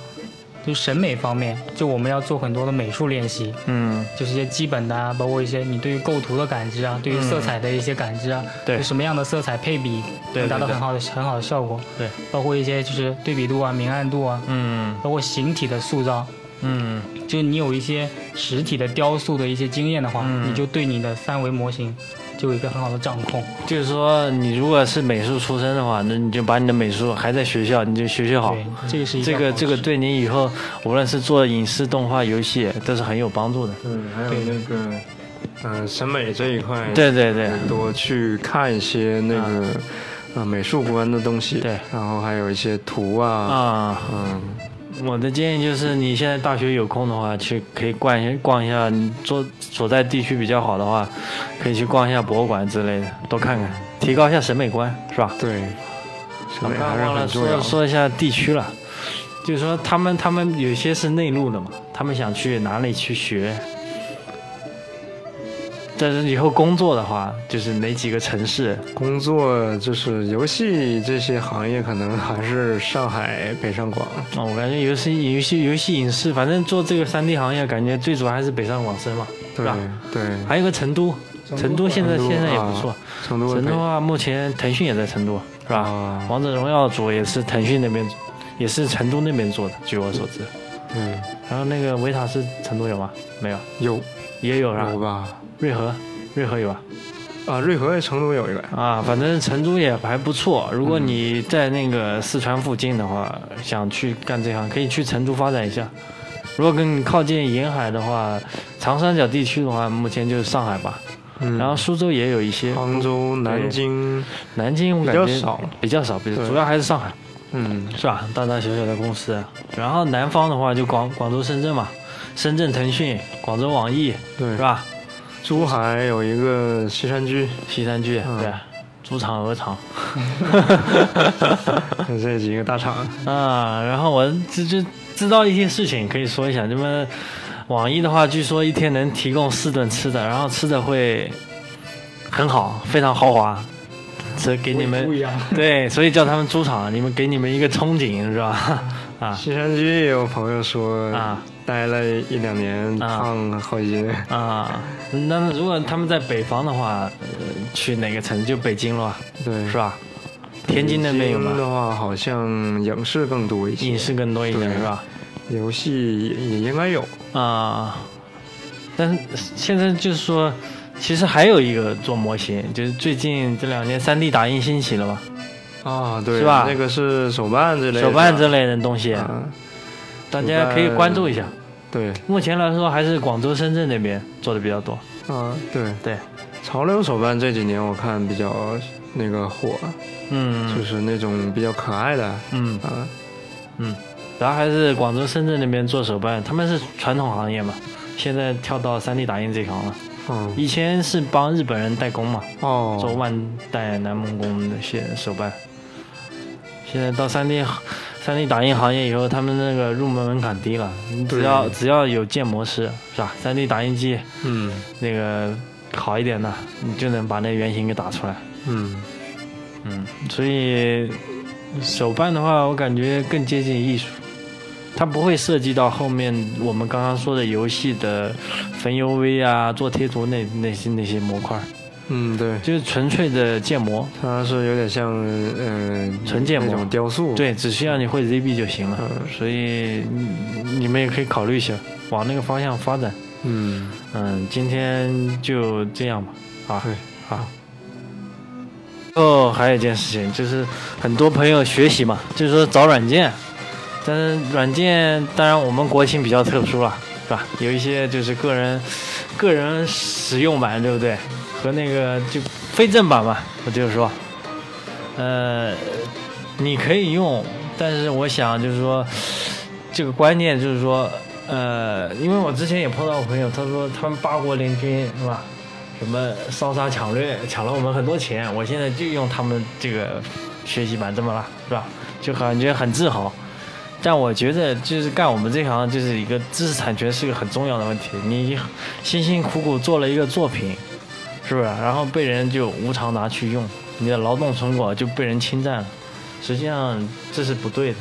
就审美方面，就我们要做很多的美术练习，嗯，就是一些基本的啊，包括一些你对于构图的感知啊，对于色彩的一些感知啊，嗯对就什么样的色彩配比对能达到对对很好的很好的效果，对，包括一些就是对比度啊、明暗度啊，嗯包括形体的塑造，嗯就是你有一些实体的雕塑的一些经验的话，嗯你就对你的三维模型就有一个很好的掌控。就是说你如果是美术出身的话，那你就把你的美术还在学校，你就学学好。对，这个是一这个好这个事对你以后无论是做影视、动画、游戏都是很有帮助的。对，还有那个，嗯、审美这一块，，对对对，多去看一些那个，呃，美术关的东西，啊对，然后还有一些图啊，啊、嗯，我的建议就是，你现在大学有空的话，去可以逛一下逛一下，你坐所在地区比较好的话，可以去逛一下博物馆之类的，多看看，提高一下审美观，是吧？对，审我美刚还刚是忘很了重要说的。说一下地区了，就是说他们他们有些是内陆的嘛，他们想去哪里去学，但是以后工作的话，就是哪几个城市，工作就是游戏这些行业，可能还是上海、北上广。哦，我感觉游戏、游戏、游戏影视，反正做这个三 D 行业，感觉最主要还是北上广深嘛，对吧对，还有个成都，成都现在成都现在也啊不错。成都成北都的话，目前腾讯也在成都，是吧？啊，王者荣耀组也是腾讯那边，也是成都那边做的，据我所知。对，然后那个维塔是成都有吗？没有，有也有是有吧？吧？瑞和，瑞和有吧？啊，瑞和成都有一个，啊，反正成都也还不错。如果你在那个四川附近的话，想去干这行，可以去成都发展一下。如果跟你靠近沿海的话，长三角地区的话，目前就是上海吧，嗯然后苏州也有一些，杭州、南京南京我比感较觉少，比较少，比较对主要还是上海。嗯，是吧？大大小小的公司，然后南方的话就广广州、深圳嘛，深圳腾讯、广州网易对是，吧？珠海有一个西山居，西山居、嗯对，猪场、鹅场这几个大厂，啊。然后我这就知道一些事情可以说一下，那么网易的话，据说一天能提供四顿吃的，然后吃的会很好，非常豪华，这给你们不一样， 对，所以叫他们猪场，你们给你们一个憧憬是吧？啊西山居也有朋友说啊。待了一两年，啊胖了好几斤，啊，那么如果他们在北方的话，呃，去哪个城就北京了吧，对，是吧？天津那边有天津吗？的话，好像影视更多一些，影视更多一点对是吧？游戏也也应该有，啊，但是现在就是说，其实还有一个做模型，就是最近这两年 3D 打印兴起了嘛，啊，对，哦是吧那个是手办之类的，手办之类的东西，啊，大家可以关注一下。对，目前来说，还是广州、深圳那边做的比较多。啊，对对，潮流手办这几年我看比较那个火，就嗯是那种比较可爱的嗯，啊，然后还是广州、深圳那边做手办，他们是传统行业嘛，现在跳到 3D 打印这一行了。嗯，以前是帮日本人代工嘛，做哦，万代、南梦宫那些手办。现在到3 D 3 D 打印行业以后，他们那个入门门槛低了，你只对要只要有建模师是吧？3 D 打印机嗯那个好一点的，你就能把那原型给打出来。嗯，嗯，所以手办的话，我感觉更接近艺术，它不会涉及到后面我们刚刚说的游戏的分 UV 啊、做贴图那那些那些模块，嗯，对，就是纯粹的建模。它是有点像嗯、呃纯建模那种雕塑，，对，只需要你会 ZB 就行了。嗯所以嗯你们也可以考虑一下，往那个方向发展。嗯，嗯，今天就这样吧。啊，对，好。哦，还有一件事情就是，很多朋友学习嘛，就是说找软件，但是软件当然我们国情比较特殊了，是吧？有一些就是个人个人使用版，对不对？和那个就非正版嘛，我就是说，呃，你可以用，但是我想就是说，这个观念就是说，呃，因为我之前也碰到我朋友，他说他们八国联军是吧？什么烧杀抢掠，抢了我们很多钱，我现在就用他们这个学习版，怎么了，是吧？就感觉很自豪。但我觉得就是干我们这行，就是一个知识产权是个很重要的问题。你辛辛苦苦做了一个作品，是不是？然后被人就无偿拿去用，你的劳动成果就被人侵占了。实际上这是不对的，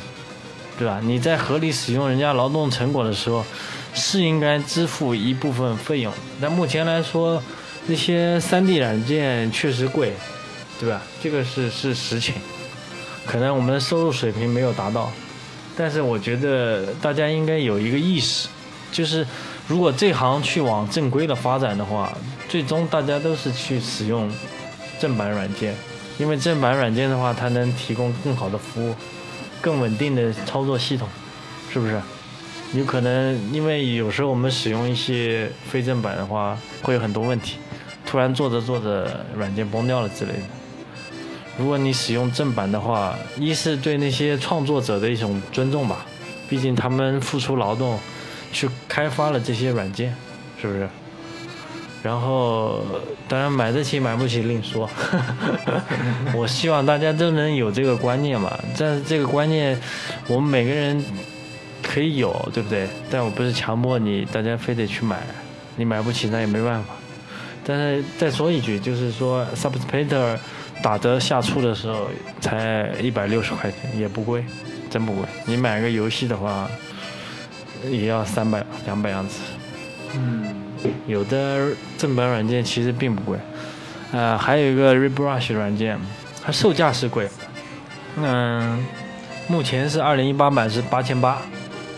对吧？你在合理使用人家劳动成果的时候，是应该支付一部分费用。但目前来说，那些 3D 软件确实贵，对吧？这个是是实情。可能我们的收入水平没有达到，但是我觉得大家应该有一个意识，就是如果这行去往正规的发展的话，最终大家都是去使用正版软件，因为正版软件的话，它能提供更好的服务，更稳定的操作系统，是不是？有可能因为有时候我们使用一些非正版的话，会有很多问题，突然做着做着软件崩掉了之类的。如果你使用正版的话，一是对那些创作者的一种尊重吧，毕竟他们付出劳动去开发了这些软件，是不是？然后，当然买得起买不起另说。 我希望大家都能有这个观念吧，但是这个观念，我们每个人可以有，对不对？但我不是强迫你，大家非得去买，你买不起那也没办法。但是再说一句，就是说 Subspater 打折下促的时候才一百六十块钱，也不贵，真不贵。你买个游戏的话，也要三百两百样子。嗯，有的正版软件其实并不贵，呃，还有一个 Rebrush 软件，它售价是贵，嗯，目前是二零一八版是八千八，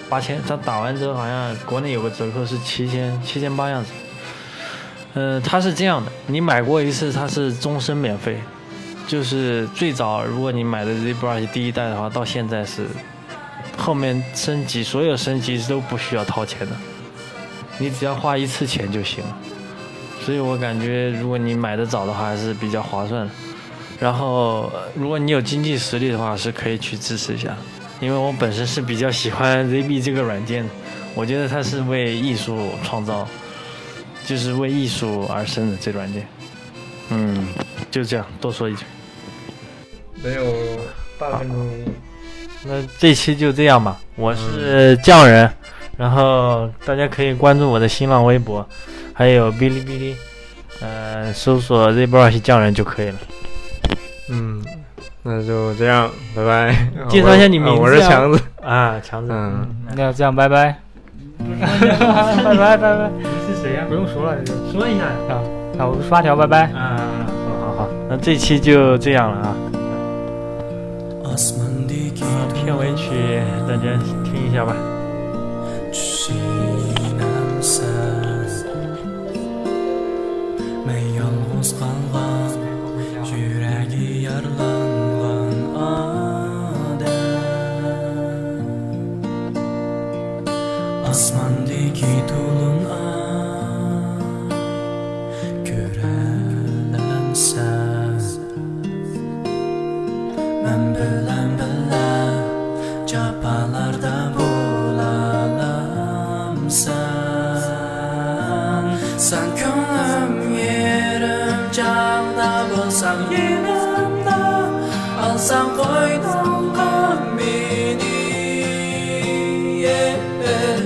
八千，它打完折好像国内有个折扣是七千七千八样子。呃，它是这样的，你买过一次，它是终身免费。就是最早，如果你买的 ZBrush 第一代的话，到现在是后面升级，所有升级都不需要掏钱的，你只要花一次钱就行了。所以我感觉，如果你买的早的话，还是比较划算的。然后，呃如果你有经济实力的话，是可以去支持一下，因为我本身是比较喜欢 ZB 这个软件的，我觉得它是为艺术创造，就是为艺术而生的这软件。嗯，就这样，多说一句。没有半分钟，那这期就这样吧，我是匠人，然后大家可以关注我的新浪微博，还有哔哩哔哩，呃，搜索 ZBrush 匠人就可以了。嗯，那就这样，拜拜。介绍一下你名字啊我是强子，啊，强子，嗯。那这样，拜拜。 拜拜拜拜，是谁呀、不用说了，说一下啊，我是发条，拜拜。啊，好好好，那这期就这样了啊。 Asmandaki 啊，片尾曲大家听一下吧。 düşen sensen Men yalnız kalgan Yüreği yarlangan adam Asmandaki tulun ay Gören sen Men bilen bilen Çapalarda bulalım sen Sen könlüm yerim canda bulsam yerimde Alsam koynumdan beni yeah, yeah.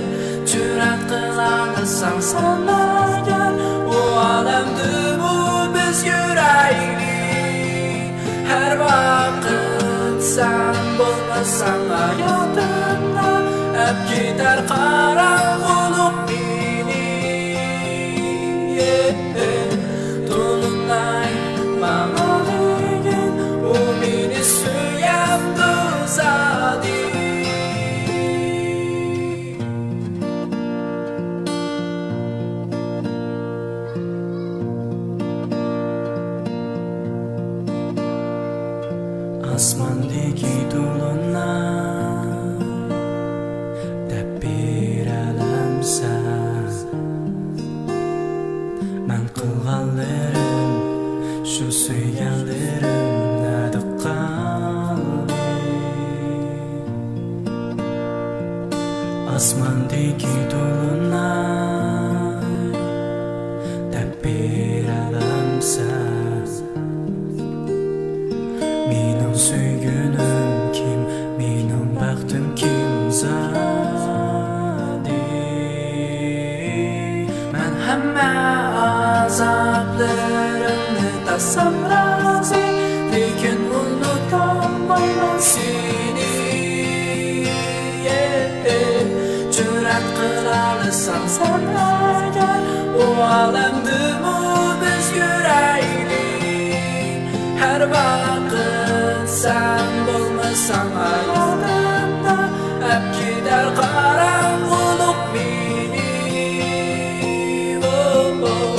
Cüret kılarsan sana gel O alemdi bu biz yüreğli Her vakit sen sen hayatında Hep gider karanlık beni yeah. Dolunay bana değin O beni süyandı zadim Asmandaki dolunay Dep bir alamsız Man qilganlarim shu suyganlarim nadi qaldi osmondagi to'lunay dab beralamsiz mening suygunim kim mening baxtim kim zadi man hamma azoblarimni tasam rozi lekin unutolmayman seni jur'at qilolasan san agar u olamni bu biz yuraylik Her vakit sen bulmasan hayatımda Hep gider karanlık beni oh, oh.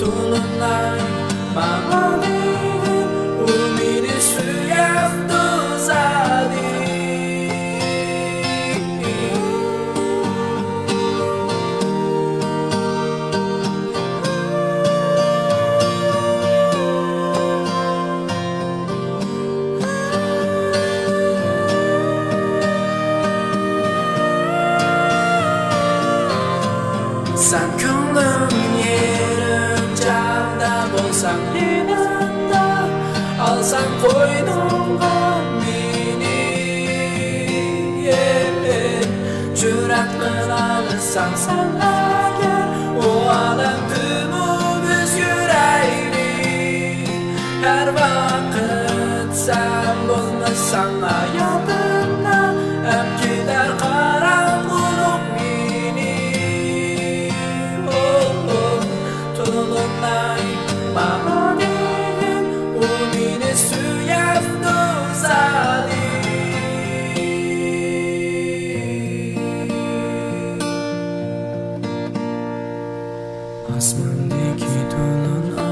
Tulumlar bana değil Umini süyen Sen ko'nglim yerim jamda bo'lsam yenimda Alsam qo'ynimga meni yeah. Jur'at qilolasan sen agar u olamni biz yuraylik Har vaqt sen bo'lmasan hayotimda Hep ketar qorong'ulik meni Oh, Osmondagi to'lin